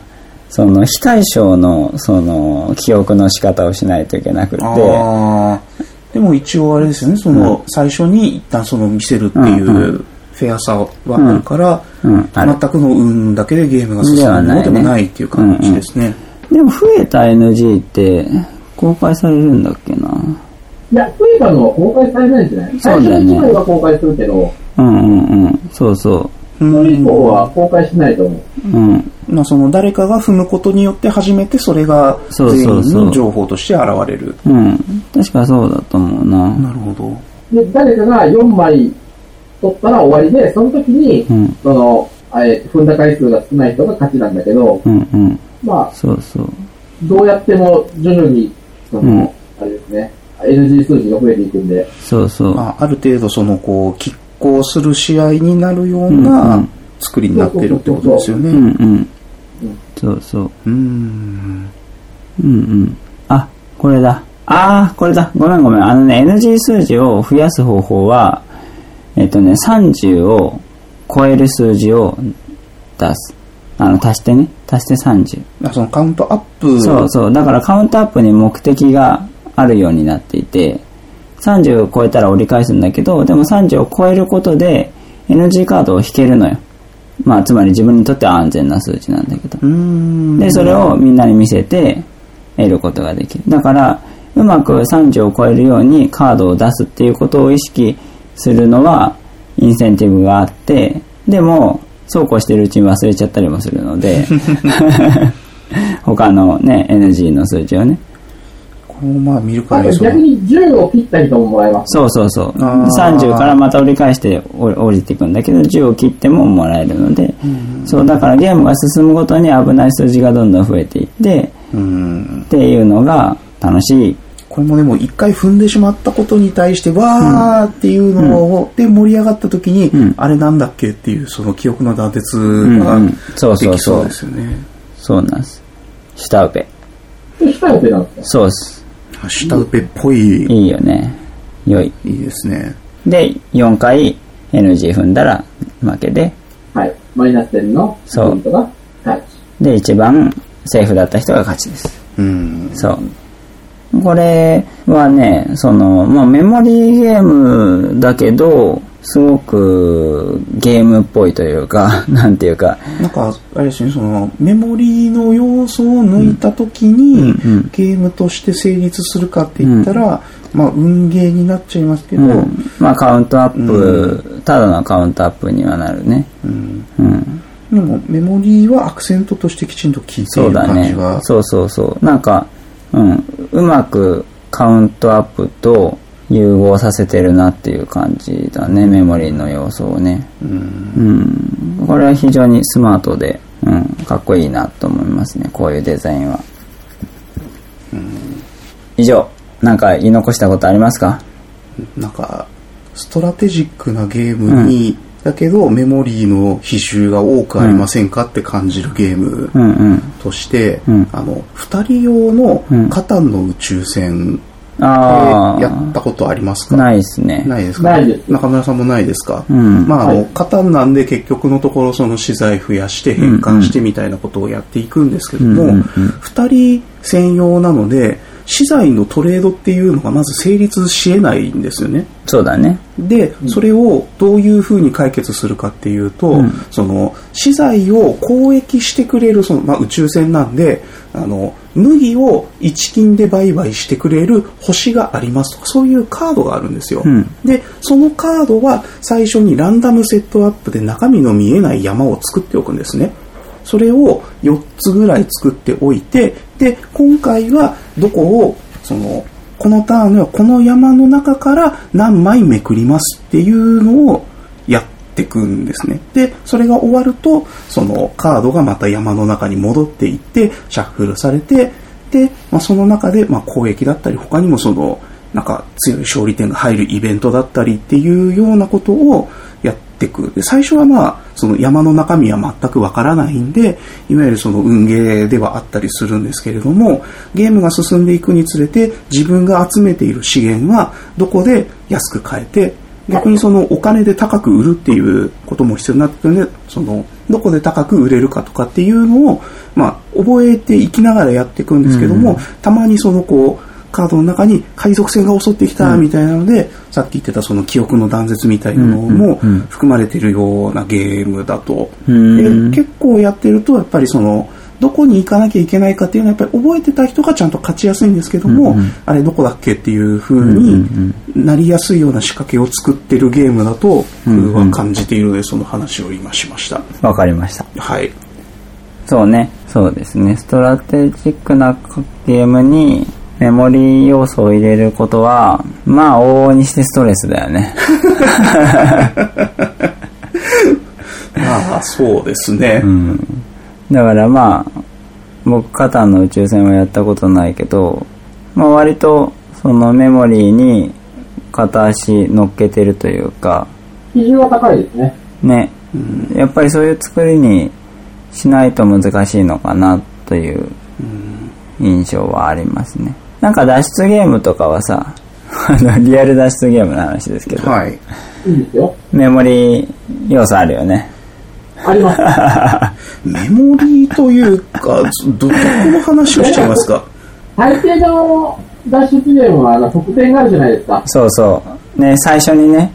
A: その、非対称の、その、記憶の仕方をしないといけなくって、
B: あーでも一応あれですよね、その最初に一旦その見せるってい
A: うんう
B: うフェアさはあるから、
A: うん、ある
B: 全くの運だけでゲームが進むものでもないっていう感じですね。
A: でも増えた NG って公開されるんだっけない
C: や、そういえばのは公開されないんじゃない
A: そうだよね
C: 最初の1枚は公開するけど、
A: うんうんうん。そうそ
C: それ以降は公開しないと思う。
A: う。うん。
B: まあ、その誰かが踏むことによって初めてそれが
A: そうそう
B: 全
A: そう
B: 員の情報として現れる。
A: うん。確かそうだと思うな。
B: なるほど。
C: で、誰かが4枚取ったら終わりで、その時に、
A: うん。
C: その、あえ踏んだ回数が少ない人が勝ちなんだけど、
A: うんうん。
C: まあ、
A: そうそう。
C: どうやっても徐々に、その、
A: うん
C: あれですね、NG 数字が増えていくんで、
A: そうそう。
B: まあ、ある程度そのこう、拮抗する試合になるよう
A: う
B: なん作りになってるってことですよ
A: う
B: ね。
A: んうん。そうそう。
B: うん。
A: うんうん。あ、これだ。あー、これだ。ごめんごめん。あのね、NG 数字を増やす方法は、えっとね、30を超える数字を出す。あの、足してね。足して30。
B: まあそのカウントアップ。
A: そうそう。だからカウントアップに目的があるようになっていて、30を超えたら折り返すんだけど、でも30を超えることで NG カードを引けるのよ。まあ、つまり自分にとっては安全な数値なんだけど。
B: うん。
A: で、それをみんなに見せて得ることができる。だから、うまく30を超えるようにカードを出すっていうことを意識するのは、インセンティブがあって、でも、そうこうしてるうちに忘れちゃったりもするので、 他のね、NG の数値をね。
B: こうまあ見る限
C: あと
B: りそ
C: 逆
B: の、
C: に10を切った人ももらえます。
A: そうそうそう。
B: あー
A: 30からまた折り返して降り降りていくんだけど、10を切ってももらえるので、そう、だからゲームが進むごとに危ない数字がどんどん増えていって、
B: うん。
A: っていうのが楽しい。
B: これもでも一回踏んでしまったことに対して、わーっていうのを、で盛り上がった時に、
A: ん
B: あれなんだっけっていう、その記憶の断絶
A: う
B: が
A: んうんそうそう
B: で
A: そう
B: きそうですよね。
A: そうなんです。下請け。
C: で、下打てなんですか
A: そうっす。
B: 下請けっぽい、い
A: いいよね。良い。
B: いですね。
A: で、4回 NG 踏んだら負けで、
C: はい。マイナス点の
A: そう
C: ポイントが勝ち。
A: で、一番セーフだった人が勝ちです。
B: うん。
A: そう。これはね、その、まあ、メモリーゲームだけど、すごくゲームっぽいというか、 なんていうか、
B: なんか、あれですね、その、メモリーの要素を抜いたときに、
A: うんうん
B: ゲームとして成立するかって言ったら、まあ、運ゲーになっちゃいますけど、
A: うん、まあカウントアップ、ただのカウントアップにはなるね。うん
B: でも、メモリーはアクセントとしてきちんと効いてい
A: そう
B: る
A: だ
B: 感
A: ね
B: じが。。
A: そうそうそう。なんか、うん、うまくカウントアップと融合させてるなっていう感じだね、メモリーの要素をね。うん。これは非常にスマートで、うん、かっこいいなと思いますね、こういうデザインは。以上、なんか言い残したことありますか
B: なんか、ストラテジックなゲームに、だけど、メモリーの比重が多くありませんかって感じるゲーム
A: うんうん。
B: として、
A: うん
B: あの、二人用
A: うん
B: のカタンの宇宙船で
A: ああ。
B: やったことありますか
A: ないですね。
B: ないですか
C: ないです
B: 中村さんもないですか、
A: うん
B: まあ、あの、
C: はい
B: カタンなんで結局のところその資材増やして変換してみたいなことをやっていくんですけど
A: うんうんう
B: も
A: ん、
B: 二人専用なので、資材のトレードっていうのがまず成立し得ないんですよね。
A: そうだね。
B: で、それをどういうふうに解決するかっていうと、
A: ん
B: その資材を交易してくれるその、まあ、宇宙船なんであの麦を一金で売買してくれる星がありますとかそういうカードがあるんですよ、
A: うん
B: でそのカードは最初にランダムセットアップで中身の見えない山を作っておくんですねそれを4つぐらい作っておいてで今回はどこをそのこのターンではこの山の中から何枚めくりますっていうのをやっていくんですねでそれが終わるとそのカードがまた山の中に戻っていってシャッフルされてで、まあ、その中で、まあ、攻撃だったり他にもそのなんか強い勝利点が入るイベントだったりっていうようなことをやっていくで最初はまあその山の中身は全くわからないんでいわゆるその運ゲーではあったりするんですけれどもゲームが進んでいくにつれて自分が集めている資源はどこで安く買えて逆にそのお金で高く売るっていうことも必要になってくるんでそのどこで高く売れるかとかっていうのを、まあ、覚えていきながらやっていくんですけども、たまにそのこうカードの中に海賊船が襲ってきたみたいなので、さっき言ってたその記憶の断絶みたいなのも
A: うんうんうん
B: 含まれてるようなゲームだと、
A: うん
B: で結構やってるとやっぱりそのどこに行かなきゃいけないかっていうのはやっぱり覚えてた人がちゃんと勝ちやすいんですけども、
A: うんうん
B: あれどこだっけっていう風
A: うん
B: に
A: うん
B: なりやすいような仕掛けを作ってるゲームだと
A: うんうん
B: 僕は感じているのでその話を今しました、
A: わかりました。
B: はい
A: そうね。そうですね。ストラテジックなゲームにメモリー要素を入れることは、まあ、往々にしてストレスだよね。
B: まあそうですね、
A: だからまあ、僕、カタンの宇宙船はやったことないけど、まあ割と、そのメモリーに片足乗っけてるというか、
C: 基準は高いですね。
A: ね、やっぱりそういう作りにしないと難しいのかなという印象はありますね。なんか脱出ゲームとかはさ、 あの、リアル脱出ゲームの話ですけど、
B: はい
C: いいですよ。
A: メモリー要素あるよね。
C: あ ります。
B: メモリーというかどどこの話をしちゃいま すか
C: 大抵の脱出ゲームはあの得点があるじゃないですか。
A: そうそう。ね、最初にね、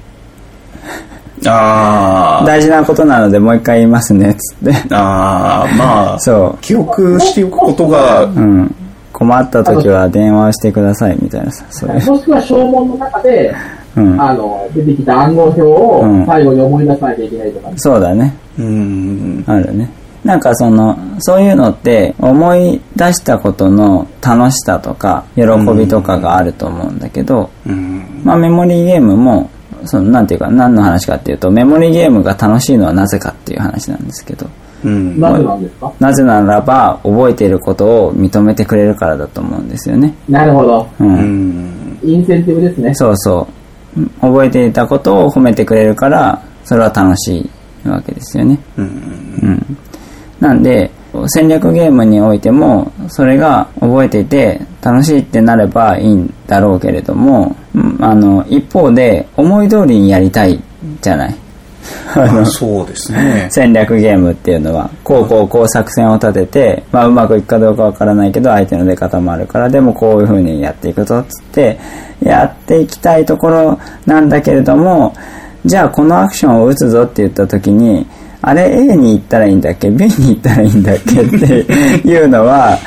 B: あー
A: 大事なことなのでもう一回言いますね、つって。
B: あーまあ
A: そ
B: 記憶しておくことが
A: う。うん。困った時は電話をしてくださいみたいなさ、そういう。
C: もしくは証文の中で、
A: うん。
C: あの、出てきた暗号表を最後に思い出さなきゃいけないとか、
A: そうだね。
B: うん
A: あるね。なんかその、そういうのって思い出したことの楽しさとか、喜びとかがあると思うんだけど、
B: うん
A: まあメモリーゲームも、その、なんていうか、何の話かっていうと、メモリーゲームが楽しいのはなぜかっていう話なんですけど、
B: うん
C: なぜなんですか
A: なぜならば覚えていることを認めてくれるからだと思うんですよね。
C: なるほど。
A: うん
B: うん
C: インセンティブですね。
A: そうそう。覚えていたことを褒めてくれるから、それは楽しいわけですよね。
B: うん
A: うん。なんで、戦略ゲームにおいても、それが覚えていて、楽しいってなればいいんだろうけれども、うんあの、一方で、思い通りにやりたいじゃない。
B: まあそうですね
A: 戦略ゲームっていうのは、こうこうこう作戦を立てて、まあうまくいくかどうかわからないけど、相手の出方もあるから、でもこういう風にやっていくぞ、つって、やっていきたいところなんだけれども、じゃあこのアクションを打つぞって言った時に、あれ A に行ったらいいんだっけ ?B に行ったらいいんだっけって いうのは、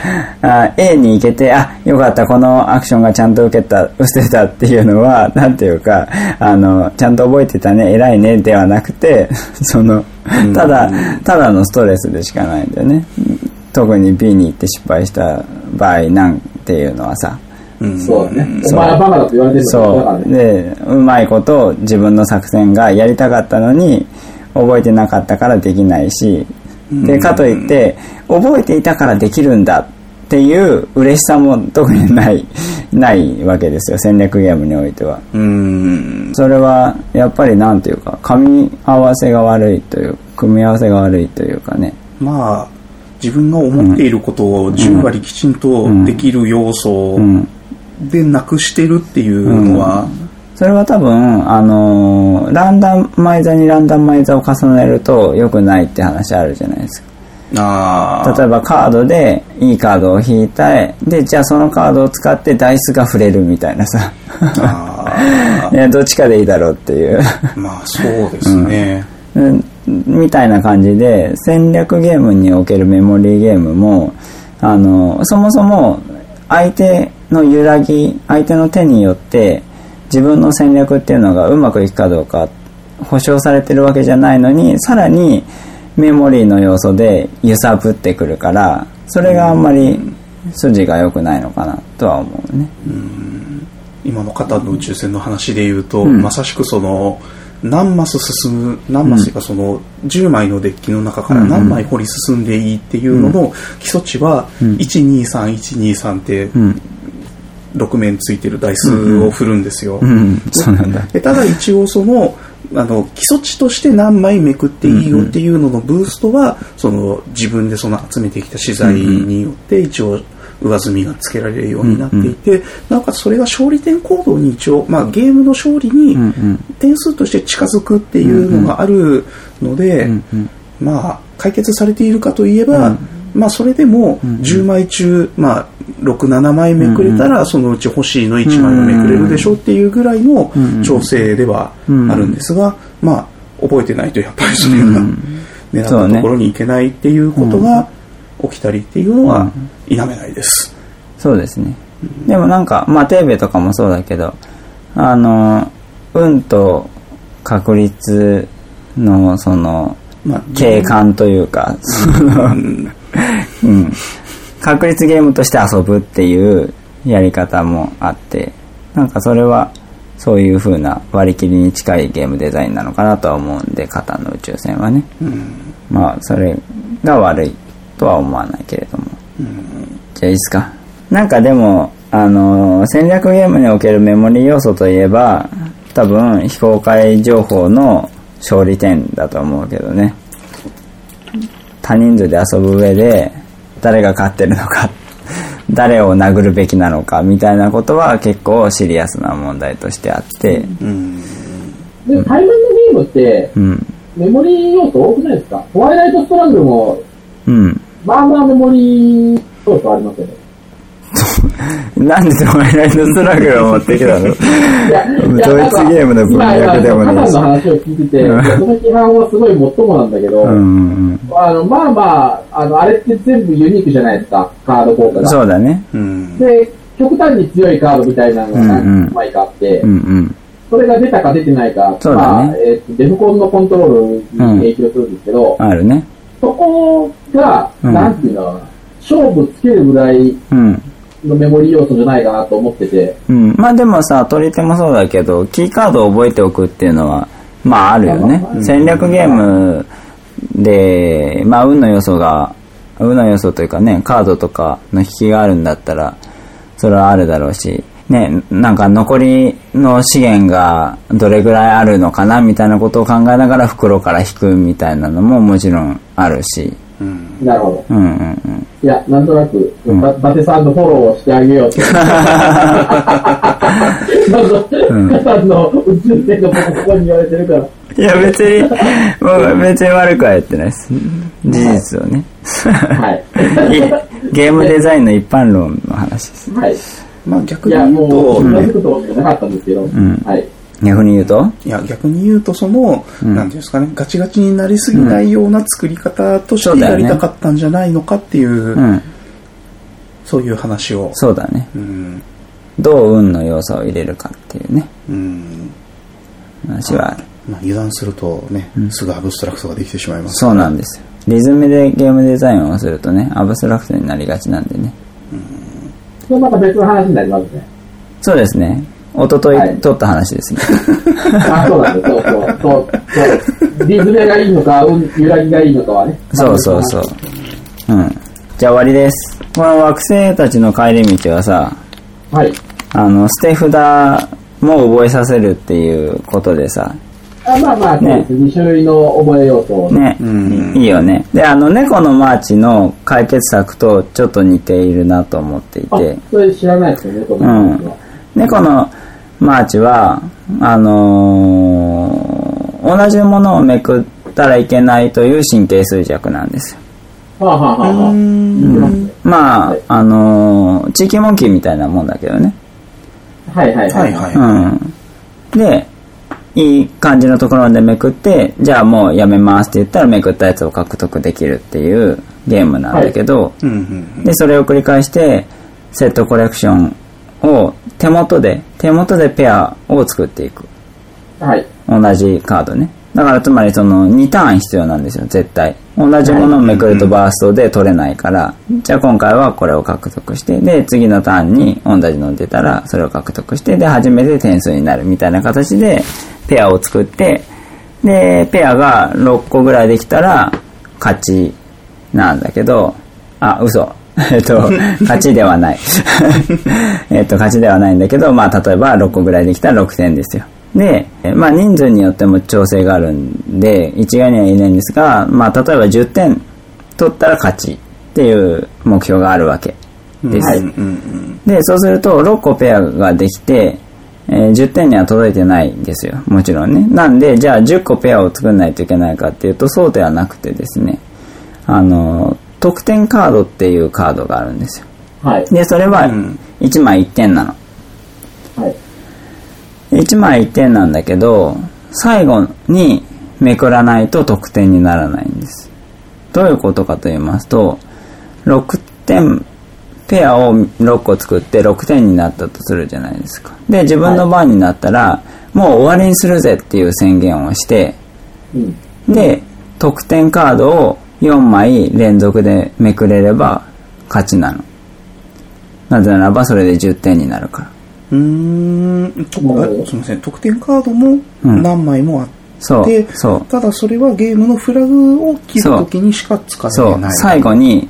A: あ A に行けて、あ、よかった、このアクションがちゃんと受けた、打てたっていうのは、 なんていうか、あの、ちゃんと覚えてたね、偉いね、ではなくて、 その、ただ、ただのストレスでしかないんだよね。特に B に行って失敗した場合なんていうのはさ、
B: うん
C: そうだね。お前はバカだと言われてるのと一緒だから
A: そう。
C: ね。
A: で、うまいこと自分の作戦がやりたかったのに、覚えてなかったからできないし、で、かといって、覚えていたからできるんだっていう嬉しさも特にない、 ないわけですよ、戦略ゲームにおいては。
B: うん
A: それは、やっぱりなんていうか、噛み合わせが悪いという、組み合わせが悪いというかね。
B: まあ自分が思っていることを10割きちんとできる要素
A: うん。
B: でなくしてるっていうのは
A: それは多分、あのーランダマイザーにランダマイザーを重ねると良くないって話あるじゃないですか。
B: ああ。
A: 例えばカードでいいカードを引いたい。で、じゃあそのカードを使ってダイスが触れるみたいなさ。
B: あ
A: いや、どっちかでいいだろうっていう。
B: ーまあ、そうですね。
A: うんみたいな感じで、戦略ゲームにおけるメモリーゲームも、あの、そもそも相手の揺らぎ、相手の手によって自分の戦略っていうのがうまくいくかどうか保証されてるわけじゃないのに、さらにメモリーの要素で揺さぶってくるから、それがあんまり筋が良くないのかなとは思うね。
B: 今の方の宇宙船の話で言うと、
A: ん
B: まさしくその、何マス進む、何マスというかその、10枚のデッキの中から何枚掘り進んでいいっていうのの基礎値は、
A: ん
B: 123123って
A: うん。
B: 6面ついてる台数を振るんですよ。
A: うん。そうなんだ。
B: でただ一応そのあの基礎値として何枚めくっていいよっていうののブーストは、その自分でその集めてきた資材によって一応上積みがつけられるようになっていて、なおかつそれが勝利点行動に一応、まあ、ゲームの勝利に
A: うんうん
B: 点数として近づくっていうのがあるの
A: う
B: で、
A: んうん。
B: まあ、解決されているかといえば、まあ、それでも10枚中、まあ、67枚めくれたら、そのうち欲しいの1枚はめくれるでしょっていうぐらいの調整ではあるんですが、まあ、覚えてないとやっぱりそれが、狙ったところに行けないっていうことが起きたりっていうのは否めないです。
A: そうですね。でもなんか、まあ、テーベとかもそうだけど、あの、運と確率の、その、
B: まあ、
A: 景観というか、その、うん。確率ゲームとして遊ぶっていうやり方もあって、なんかそれは、そういう風な割り切りに近いゲームデザインなのかなとは思うんで、カタンの宇宙船はね。まあ、それが悪いとは思わないけれども。じゃあいいっすか。なんかでも、あのー戦略ゲームにおけるメモリー要素といえば、多分、非公開情報の勝利点だと思うけどね。他人数で遊ぶ上で、誰が勝ってるのか、 誰を殴るべきなのか、みたいなことは結構シリアスな問題としてあって、
B: うん
C: でも、対面のゲームって、
A: うん。
C: メモリー要素多くないですかホワイライトストラングルも、
A: うん。
C: まあまあメモリー要素ありますよね。
A: なんでトワイライトストラグルを持ってきたの
C: いやい や
A: ドイツゲームの文脈でもないし
C: 今今カタンの話を聞いてて、
A: うん
C: その批判はすごいもっともなんだけど、
A: うん。
C: あの、まあまあ、あの、あれって全部ユニークじゃないですか、カード効果が。
A: そうだね。
B: うん
C: で、極端に強いカードみたいなのが
A: うんう
C: 何
A: ん
C: 枚かあって、
A: うんうん。
C: それが出たか出てないか、
A: そうだね
C: まあえーとデフコンのコントロールに影響するんですけど、
A: あるね。
C: そこが、
A: うん
C: なんていうのかな、勝負つけるぐらい
A: うん。
C: のメモリー要素じゃないかなと思ってて、
A: うん、まあでもさ、取り手もそうだけど、キーカードを覚えておくっていうのは、まああるよね。戦略ゲームで、まあ運の要素が、運の要素というかね、カードとかの引きがあるんだったら、それはあるだろうし、ね、なんか残りの資源がどれぐらいあるのかなみたいなことを考えながら袋から引くみたいなのももちろんあるし、
B: うん
C: なるほど。
A: うんうんうん。
C: いや、なんとなく、ば伊達さんのフォローをしてあげよ うって。なんか、加さんの宇宙船がボコボコに言われてるから。
A: いや別 に、僕別に悪くはやってないです。事実をね。
C: はい。
A: い ゲームデザインの一般論の話です。
C: はい。
B: まあ、逆
C: い
B: に
C: や、
B: 言う
C: も
B: と、
C: う、
B: ね
C: 気づくとしかなかったんですけど、はい。
A: 逆に言うと
B: いや、逆に言うと、その、なんていうんですかね、ガチガチになりすぎないような作り方と
A: そ
B: し
A: う
B: て
A: だよ
B: や
A: ね
B: りたかったんじゃないのかっていう、そう,、
A: うん。
B: いう話を。
A: そうだね。
B: うん。
A: どう運の要素を入れるかっていうね、
B: うん。
A: 話はある。
B: まあ、油断するとね、すぐアブストラクトができてしまいます。
A: そうなんですよ。リズムでゲームデザインをするとね、アブストラクトになりがちなんでね。
C: それまた別の話になりますね。
A: そうですね。一昨
C: は
A: 日
C: い
A: 撮った話 ですね。
C: あ、そうなんです。そうそう。そうそう。リズムがいいのか、うん揺らぎがいいのかはね。
A: そうそうそう。うん。じゃあ終わりです。この惑星たちの帰り道はさ、
C: はい。
A: あの、捨て札も覚えさせるっていうことでさ、
C: あまあまあ、そうです。2種類の覚え要素をね。
A: ね、
B: うん
A: いいよね。で、あの、猫のマーチの解決策とちょっと似ているなと思ってい
C: あ
A: て、、
C: それ知らないですよね、この話は。
A: 猫のマーチは、あのー同じものをめくったらいけないという神経衰弱なんですよ。
C: はあ、はあはあはあ、
B: うん
C: うん
A: まあ、あのー地域モンキーみたいなもんだけどね。。
C: はいはい
B: は
C: はいい。
B: はいう
A: ん。で、いい感じのところでめくって、じゃあもうやめますって言ったらめくったやつを獲得できるっていうゲームなんだけど、
B: うんうん
A: で、それを繰り返して、セットコレクションを手元で、手元でペアを作っていく。
C: はい。
A: 同じカードね。だからつまりその2ターン必要なんですよ、絶対。同じものをめくるとバーストで取れないから、じゃあ今回はこれを獲得して、で、次のターンに同じの出たらそれを獲得して、で、初めて点数になるみたいな形でペアを作って、で、ペアが6個ぐらいできたら勝ちなんだけど、あ、嘘。 えっと、 勝ちではない。 えっと、勝ちではないんだけど、まあ、例えば6個ぐらいできたら6点ですよ。で、えまあ、人数によっても調整があるんで、一概には言えないんですが、まあ、例えば10点取ったら勝ちっていう目標があるわけです。
B: うんうん
A: で、そうすると6個ペアができて、えー10点には届いてないんですよ。もちろんね。なんで、じゃあ10個ペアを作んないといけないかっていうと、そうではなくてですね、あの、得点カードっていうカードがあるんですよ。
C: はい。
A: で、それは
B: うん
A: 1枚1点なの。
C: はい。
A: 1枚1点なんだけど、最後にめくらないと得点にならないんです。どういうことかと言いますと、6点、ペアを6個作って6点になったとするじゃないですか。で、自分の番になったら、もう終わりにするぜっていう宣言をして、
C: うん。
A: で、得点カードを4枚連続でめくれれば勝ちなの。なぜならばそれで10点になるから。
B: うん。うーんとあすみません、得点カードも
A: うん
B: 何枚もあっ
A: そう
B: て、、
A: そう。
B: ただそれはゲームのフラグを切るときにしか使
A: そ
B: えな
A: う、
B: い。
A: 最後に、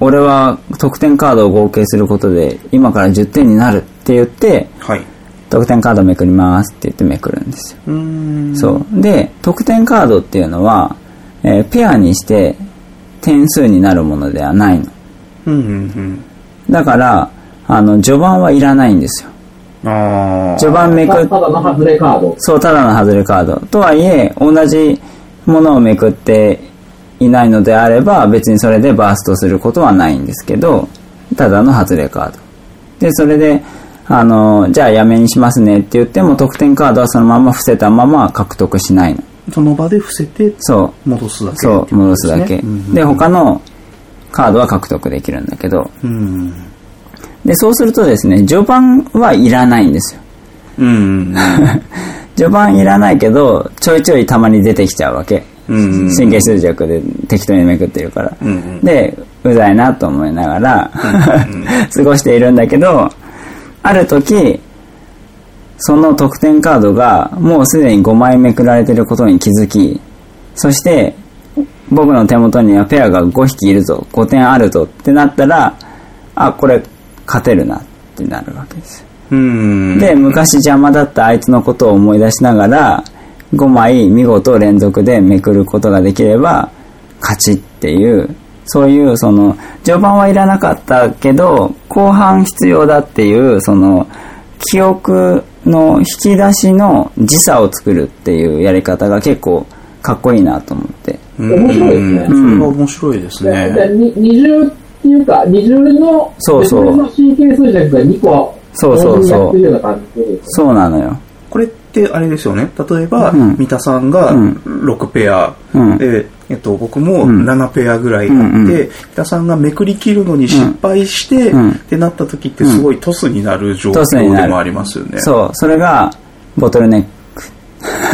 A: 俺は得点カードを合計することで、今から10点になるって言って、
B: はい。
A: 得点カードめくりますって言ってめくるんですよ。
B: うーん。
A: そう。で、得点カードっていうのは、えーペアにして点数になるものではないの。
B: うんうん
A: だから、あの、序盤はいらないんですよ。
B: うん。ああ。
A: 序盤めく
C: た
A: っ
C: だの外れカード。
A: そう、ただの外れカード。とはいえ、同じものをめくっていないのであれば、別にそれでバーストすることはないんですけど、ただの外れカード。で、それで、あの、じゃあやめにしますねって言っても、得点カードはそのまま伏せたまま獲得しないの。
B: その場で伏せて
A: そう。
B: 戻すだけってい
A: そう
B: こ、とですね。
A: 戻すだけ
B: うんうん。
A: で、他のカードは獲得できるんだけど、
B: うん。
A: で、そうするとですね、序盤はいらないんですよ。
B: うん。
A: 序盤いらないけど、ちょいちょいたまに出てきちゃうわけ。
B: うん
A: 神経衰弱で適当にめくってるから。
B: うんうん
A: で、うざいなと思いながら、 過ごしているんだけど、ある時、その得点カードがもうすでに5枚めくられてることに気づき、そして、僕の手元にはペアが5匹いるぞ、5点あるぞってなったら、あ、これ勝てるなってなるわけですよ。
B: うん。
A: で、昔邪魔だったあいつのことを思い出しながら、5枚見事連続でめくることができれば、勝ちっていう、そういう、その、序盤はいらなかったけど、後半必要だっていう、その、記憶の引き出しの時差を作るっていうやり方が結構かっこいいなと思って。
C: 面白いですね
B: うんそれは面白いです
C: でで
B: ね。
C: に20っていうか、20の、
A: そうそう
C: 20の神経衰弱が2個、
A: そうそうそう
C: やってるような感じで。
A: そうなのよ。
B: これってあれですよね。例えば、
A: うん
B: 三田さんが
A: うん
B: 6ペア、
A: うん
B: で、えっと、僕も
A: うん
B: 7ペアぐらいあって、
A: うんうん
B: 三田さんがめくり切るのに失敗して、
A: うん
B: ってなった時ってすごいトスになる状
A: ト
B: 況
A: スになる
B: でもありますよね。
A: そう、それが、ボトルネック。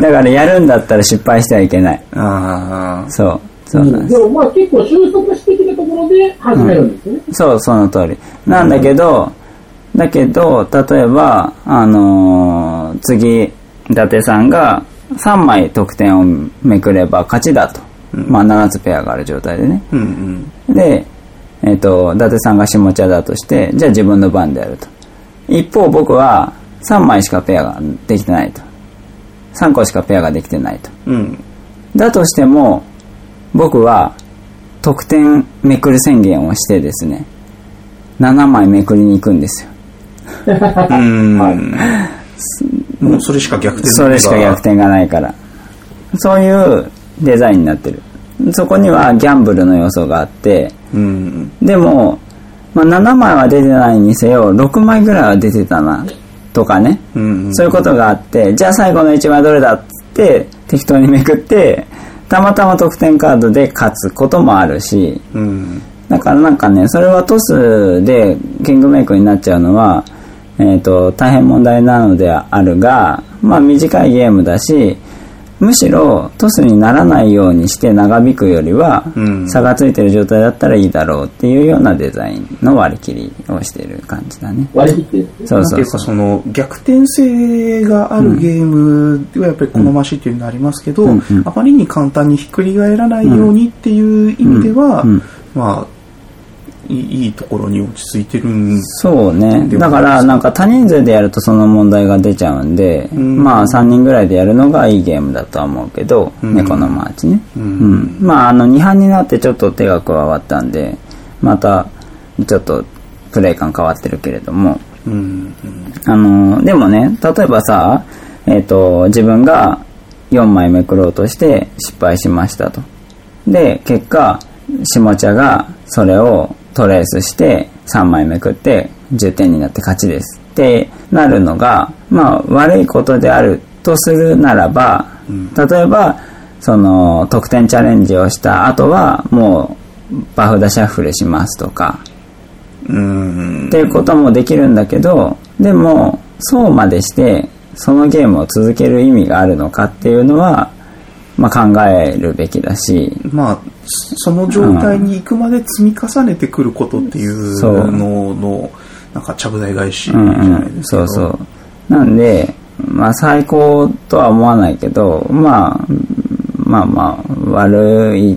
A: だからやるんだったら失敗してはいけない。
B: あ
A: そう、そううなん
C: ん
A: で
C: でもまあ結構収束してきたところで始めるんですね。
A: す。そう、その通り。なんだけど、だけど、例えば、あのー次、伊達さんが3枚得点をめくれば勝ちだと。まあ、7つペアがある状態でね。
B: あ。うんうん。
A: で、えっ、と、伊達さんが下茶だとして、じゃあ自分の番でやると。一方僕は3枚しかペアができてないと。3個しかペアができてないと。
B: うん。
A: だとしても、僕は得点めくる宣言をしてですね、7枚めくりに行くんですよ。
B: うん。もうそれしか逆転
A: それしか逆転がないから。そういうデザインになってる。そこにはギャンブルの要素があって、
B: うん。
A: でも、まあ、7枚は出てないにせよ、6枚ぐらいは出てたな、とかね。
B: うん。
A: そういうことがあって、じゃあ最後の1枚どれだっつって、適当にめくって、たまたま得点カードで勝つこともあるし、
B: うん。
A: だからなんかね、それはトスでキングメイクになっちゃうのは、えっ、と、大変問題なのではあるが、まあ短いゲームだし、むしろトスにならないようにして長引くよりは、
B: うん
A: 差がついてる状態だったらいいだろうっていうようなデザインの割り切りをしている感じだね。
C: 割り切って、
A: そう
B: なんて
A: そ
B: いううか
A: そう。
B: その逆転性があるゲームはやっぱり好ましいっていうのはありますけど、
A: うんうん
B: あまりに簡単にひっくり返らないようにっていう意味では、
A: うんうん
B: まあいいいいところに落ち着いてるんです
A: そうね。だからなんか多人数でやるとその問題が出ちゃうんで、
B: ん
A: まあ3人ぐらいでやるのがいいゲームだとは思うけど、
B: うん
A: 猫のマーチね。
B: うん
A: うん、まああの2班になってちょっと手が加わったんでまたちょっとプレイ感変わってるけれども
B: うん
A: あのでもね例えばさ、えっと自分が4枚めくろうとして失敗しましたとで結果下茶がそれをトレースして3枚めくって10点になって勝ちですってなるのがまあ悪いことであるとするならば例えばその得点チャレンジをした後はもうバフダシャッフルしますとか
B: うん
A: っていうこともできるんだけどでもそうまでしてそのゲームを続ける意味があるのかっていうのは、まあ、考えるべきだし
B: まあその状態に行くまで積み重ねてくることっていう
A: そう
B: ののなんかちゃぶ台返しじゃ
A: うんう
B: ない
A: ん、
B: ですか、
A: そうそうなんで、まあ、最高とは思わないけど、まあ、まあまあ悪い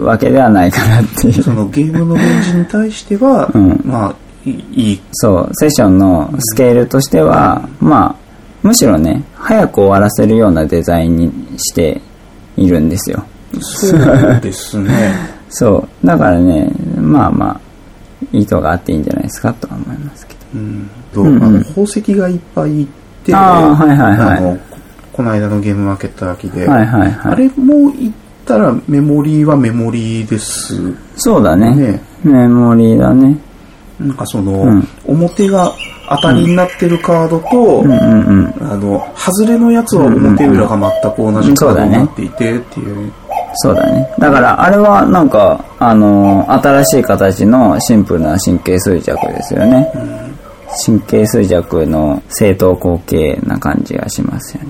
A: わけではないかなっていう
B: そのゲームのレンジに対しては、
A: うん
B: まあいいい
A: そう、セッションのスケールとしては、まあ、むしろね、早く終わらせるようなデザインにしているんですよ。
B: そうです ね
A: そう、だからね、まあまあ、意図があっていいんじゃないですかとは思いますけど。
B: うんと、
A: うんうん
B: あの宝石がいっぱいいて、
A: あーはいはいはい
B: あのここの間のゲームマーケット秋で、
A: はいはいは
B: あ
A: い。
B: れも言ったらメモリーはメモリーです
A: そうだね
B: ね
A: メモリーだね。
B: なんかその、
A: うん
B: 表が当たりになってるカードと、
A: うんうんうん。
B: あの外れのやつは表裏が全く同じカードになっていてっていう,、
A: そうだね。だから、あれはなんか、あのー新しい形のシンプルな神経衰弱ですよね。神経衰弱の正当後継な感じがしますよね。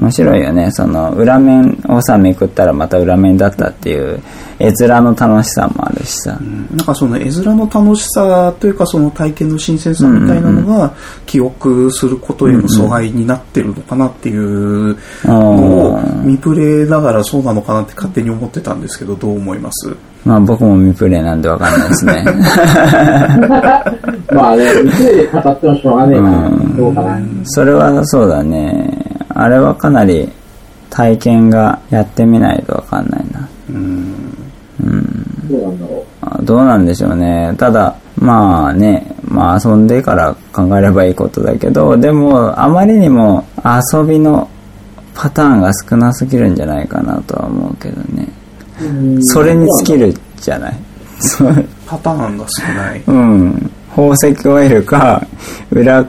A: 面白いよね。その、裏面をさ、めくったらまた裏面だったっていう、絵面の楽しさもあるしさ。
B: なんかその絵面の楽しさというかその体験の新鮮さみたいなのが記憶することへの阻害になってるのかなっていうの
A: う
B: を
A: ん
B: 見プレイながらそうなのかなって勝手に思ってたんですけどどう思います
A: まあ僕も未プレイなんでわかんないですね。
C: まあね、店で語ってもしょうがねえから、どうかな。
A: それはそうだね。あれはかなり体験がやってみないとわかんないな。
C: どうなんだろ
A: あどうなんでしょうね。ただ、まあね、まあ遊んでから考えればいいことだけど、でも、あまりにも遊びのパターンが少なすぎるんじゃないかなとは思うけどね。
C: ううん。
A: それに尽きるじゃない。そう
B: パターンが少ない
A: うん。宝石を得るか、裏、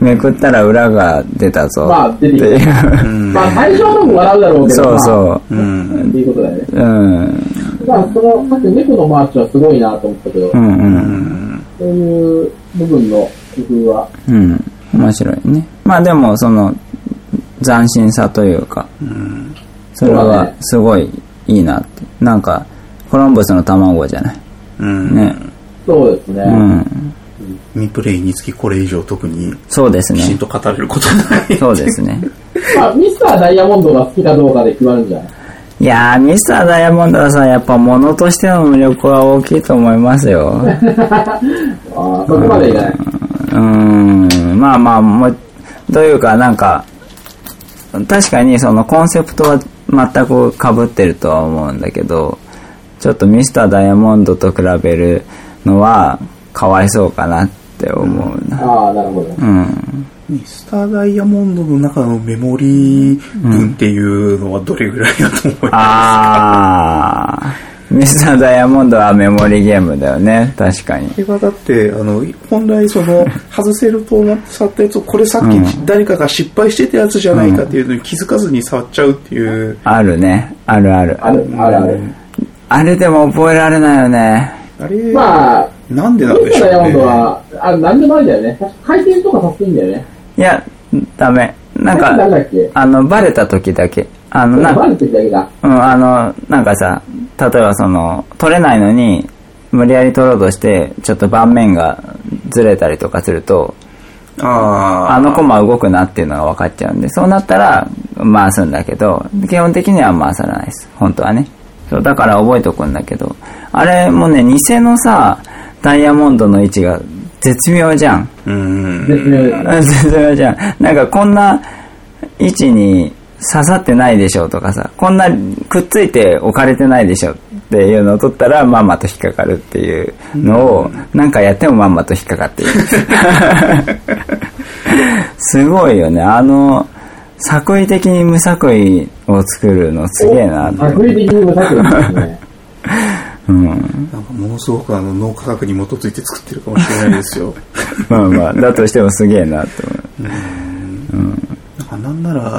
A: めくったら裏が出たぞ。
C: まあ出てきた
A: っていう
C: まあ、最初のも笑うだろうけど、
A: そう
C: ま
A: そう
C: あ、
B: ん
C: っていうことだよね。
A: う。うん。
C: まあ、その、さっきの猫のマーチはすごいなと思ったけど、
A: うんうん。
C: そういう部分の工夫は、
A: うん。面白いね。まあでも、その、斬新さというか、それ
C: そうだ
A: は
C: ね
A: すごいいいなって。なんか、コロンブスの卵じゃない。
B: うん
A: ね。
C: そうですね。
A: うん。
B: 未プレイにつきこれ以上特に
A: そうです
B: きちん
A: ね。
B: と語れることない
A: そうですね。
C: まあ、ミスターダイヤモンドが好きかどうかで決まるんじゃない
A: いやー、ミスターダイヤモンドはさ、やっぱ物としての魅力は大きいと思いますよ。
C: ああ、そこまでいかない。
A: うーん、まあまあ、もうというか、なんか、確かにそのコンセプトは全く被ってるとは思うんだけど、ちょっとミスターダイヤモンドと比べるのは、かわいそうかなって思うな。
C: ああ、なるほど。
A: うん。
B: ミスターダイヤモンドの中のメモリー分っていうのはどれぐらいだと思いま
A: あー、ミスターダイヤモンドはメモリーゲームだよね。確かに
B: す。これはだって、あの、本来その、外せると思って触ったやつを、これさっき誰かが失敗してたやつじゃないかっていうのに気づかずに触っちゃうっていう、
A: あるね。あるある。
C: ある、あるある。
A: あれでも覚えられないよね。
B: あれ、
C: まあ、
B: なんで
C: ミ
B: なんで
C: ス
B: し
C: タ
B: ょ
C: ーダ
B: う
C: イヤモンド
B: ね。
C: は、あ、なんでもありだよね。確か回転とかさせていいんだよね。
A: いや、ダメ。なん
C: あれなんだ
A: か
C: っけ、
A: あの、バレた時だけ。あの、なんか
C: バ、レてるだけだ。
A: うん、あの、なんかさ、例えばその、取れないのに、無理やり取ろうとして、ちょっと盤面がずれたりとかすると、
B: あ
A: あ
B: あ
A: のコマ動くなっていうのが分かっちゃうんで、そうなったら回すんだけど、基本的には回さないです。本当はね。そう、だから覚えとくんだけど、あれもね、偽のさ、ダイヤモンドの位置が絶妙じゃん。
B: うん。
C: 絶妙だよね
A: うん絶妙じゃん。なんかこんな位置に刺さってないでしょとかさ、こんなくっついて置かれてないでしょっていうのを取ったらまんまと引っかかるっていうのを、なんかやってもまんまと引っかかっている。すごいよね。あの、作為的に無作為を作るのすげえなって。
C: 作為的に無作為ですね。
A: うん。
B: なんかものすごくあの、脳科学に基づいて作ってるかもしれないですよ。
A: まあまあ、だとしてもすげえなって思う。
B: なんかなんなら、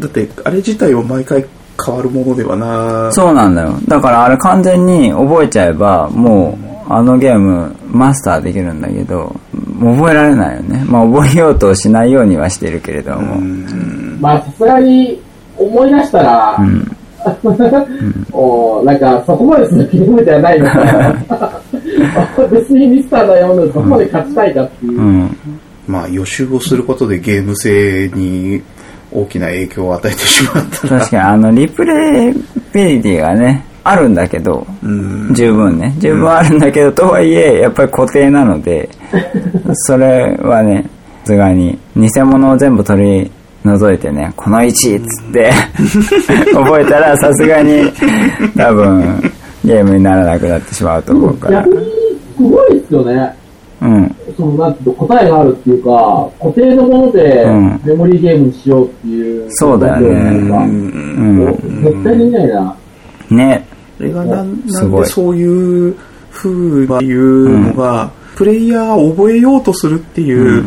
B: だって、あれ自体を毎回変わるものではな
A: そうなんだよ。だからあれ完全に覚えちゃえば、もう、あのゲームマスターできるんだけど、覚えられないよね。まあ覚えようとしないようにはしてるけれども。
C: まあ、さすがに思い出したら、 おーなんかそこまでするゲームじゃないの か別にミスターダイヤモンドでそこまで勝ちたいかっていう。
A: うん。
B: まあ予習をすることでゲーム性に大きな影響を与えてしまったら、
A: 確かにあの、リプレイビリティがね、あるんだけど、
B: うん、
A: 十分ね。十分あるんだけど、とはいえ、やっぱり固定なので、それはね、さすがに、偽物を全部取り除いてね、この位置っつって、覚えたらさすがに、多分、ゲームにならなくなってしまうと思うから
C: 逆。に、すごいですよね。
A: うん。
C: その、なんていうの答えがあるっていうか、固定のもので
A: うん
C: メモリーゲームにしようっていう。
A: そうだよね
C: なんか
A: うん。
C: 絶対できないな。
A: ね。
B: あれがなんな
A: す
B: ん
A: ご
B: で
A: い
B: そういう風にいうのが、プレイヤーを覚えようとするっていう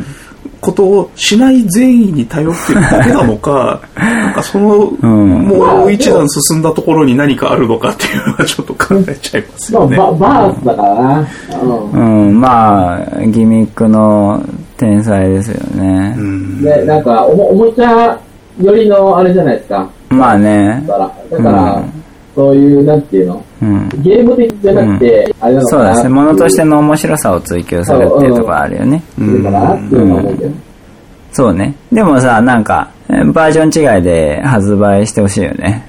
B: ことをしない善意に頼ってるだけなの か、なんかその、
A: ん
B: もう一段進んだところに何かあるのかっていうのはちょっと考えちゃいます
C: まあ、
B: よね。
C: ババースだからな。うん
A: うん、まあ、ギミックの天才ですよね
B: う。ん
C: ね、なんかおも、おもちゃ寄りのあれじゃないですか。
A: まあね
C: だ。から、だから、
A: うん
C: そういう、なんていうの、
A: うん。
C: ゲーム的じゃなくて、あれなのか
A: そう
C: な
A: で
C: ってい
A: すね。物としての面白さを追求するっていうところあるよね。
C: いいかなっていうのは思うけど。
A: そうね。でもさ、なんか、えーバージョン違いで発売してほしいよね。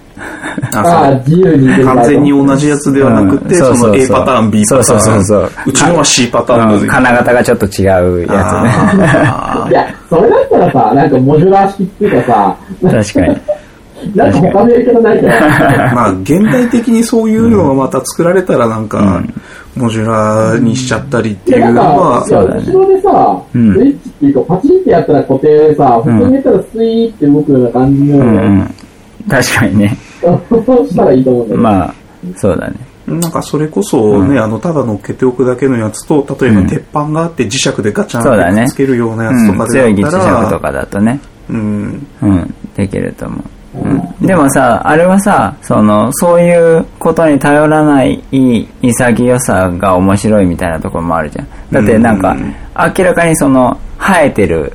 C: ああ、自由にできる
B: 完全に同じやつではなくて、
A: うんそうそ
B: そ
A: うそう
B: の A パターン、B パターン。
A: そうそうそうそう
B: ちのは C パターン
A: うん、金型がちょっと違うや
B: あ
C: いや、それだったらさ、なんかモジュラー式っていうか
A: つね。 確かに。
C: さ、なんか他のやり方な いから、
B: ーまあ、現代的にそういうのがまた作られたらなんか、モジュラーにしちゃったりって
C: い
B: いう
C: や、なん
B: の
C: か、
B: は、
C: いや、
A: だね
C: 後ろでさ、スイ
A: ん
C: ッチっていうか、パチンってやったら固定でさ、普通にやったらスイーって動くような感じの、
A: うんうん。確かにね。
C: そうしたらいいと思うんだけど。
A: まあ、そうだね。
B: なんかそれこそね、あの、ただ乗っけておくだけのやつと、例えば鉄板があって磁石でガチャ
A: そうだ
B: ンって
A: ね
B: くっつけるようなやつと
A: う
B: か
A: ん、強い
B: で
A: 技
B: だっ
A: 術
B: た
A: 者と
B: ら、
A: かだとね。
B: うん、
A: うん、できると思う。うん、でもさ、あれはさ、その、そういうことに頼らない潔さが面白いみたいなところもあるじゃん。だってなんか、明らかにその、生えてる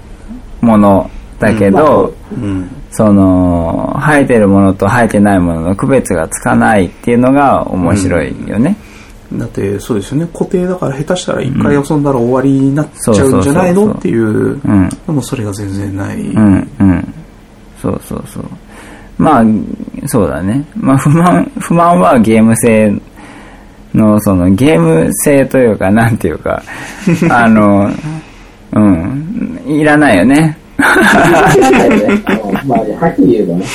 A: ものだけど、
B: うん、
A: その、生えてるものと生えてないものの区別がつかないっていうのが面白いよね。
B: だってそうですよね固定だから下手したら一回遊んだら終わりになっちゃうんじゃない
A: うん
B: のっていう
A: うん
B: でもそれが全然ない、
A: うん、うん。そうそうそう。まあ、そうだね。まあ、不満、不満はゲーム性の、その、ゲーム性というか、なんていうか、あの、うん、いらないよね。
C: うんまあ、はっきり言えばね。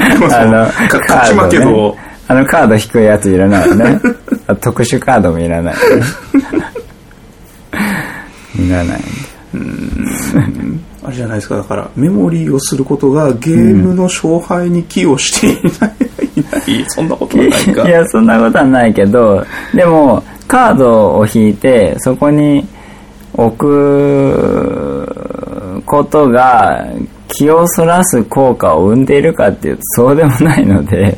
A: あの、
B: か
A: カ
B: 勝ち負け
A: ード、
B: の
A: ね、あのカード引くやついらないよ ね。 あ特殊カードもいらないよね。いらないんだ。
B: あれじゃないですか、だから、メモリーをすることがゲームの勝敗に寄与していない、いないそんなことはないか。
A: いや、そんなことはないけど、でも、カードを引いて、そこに置くことが、気をそらす効果を生んでいるかっていうと、そうでもないので、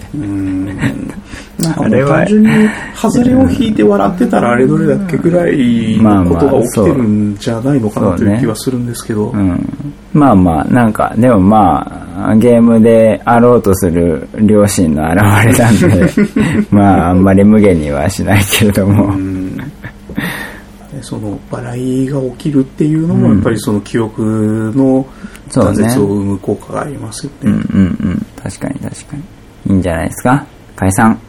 B: なんか
A: あ
B: も
A: れ
B: う
A: は
B: 単純に、外れを引いて笑ってたらあれどれだっけぐらいのことが起きてるんじゃないのかなという気はするんですけど、
A: うん。まあまあ、なんか、でもまあ、ゲームであろうとする両親の現れなんで、まあ、あんまり無限にはしないけれども、
B: ねその笑いが起きるっていうのも、やっぱりその記憶の
A: そう
B: 断
A: ね
B: 絶を生む効果がありますよ
A: う
B: ね。
A: んうんうん。確かに確かに。いいんじゃないですか解散。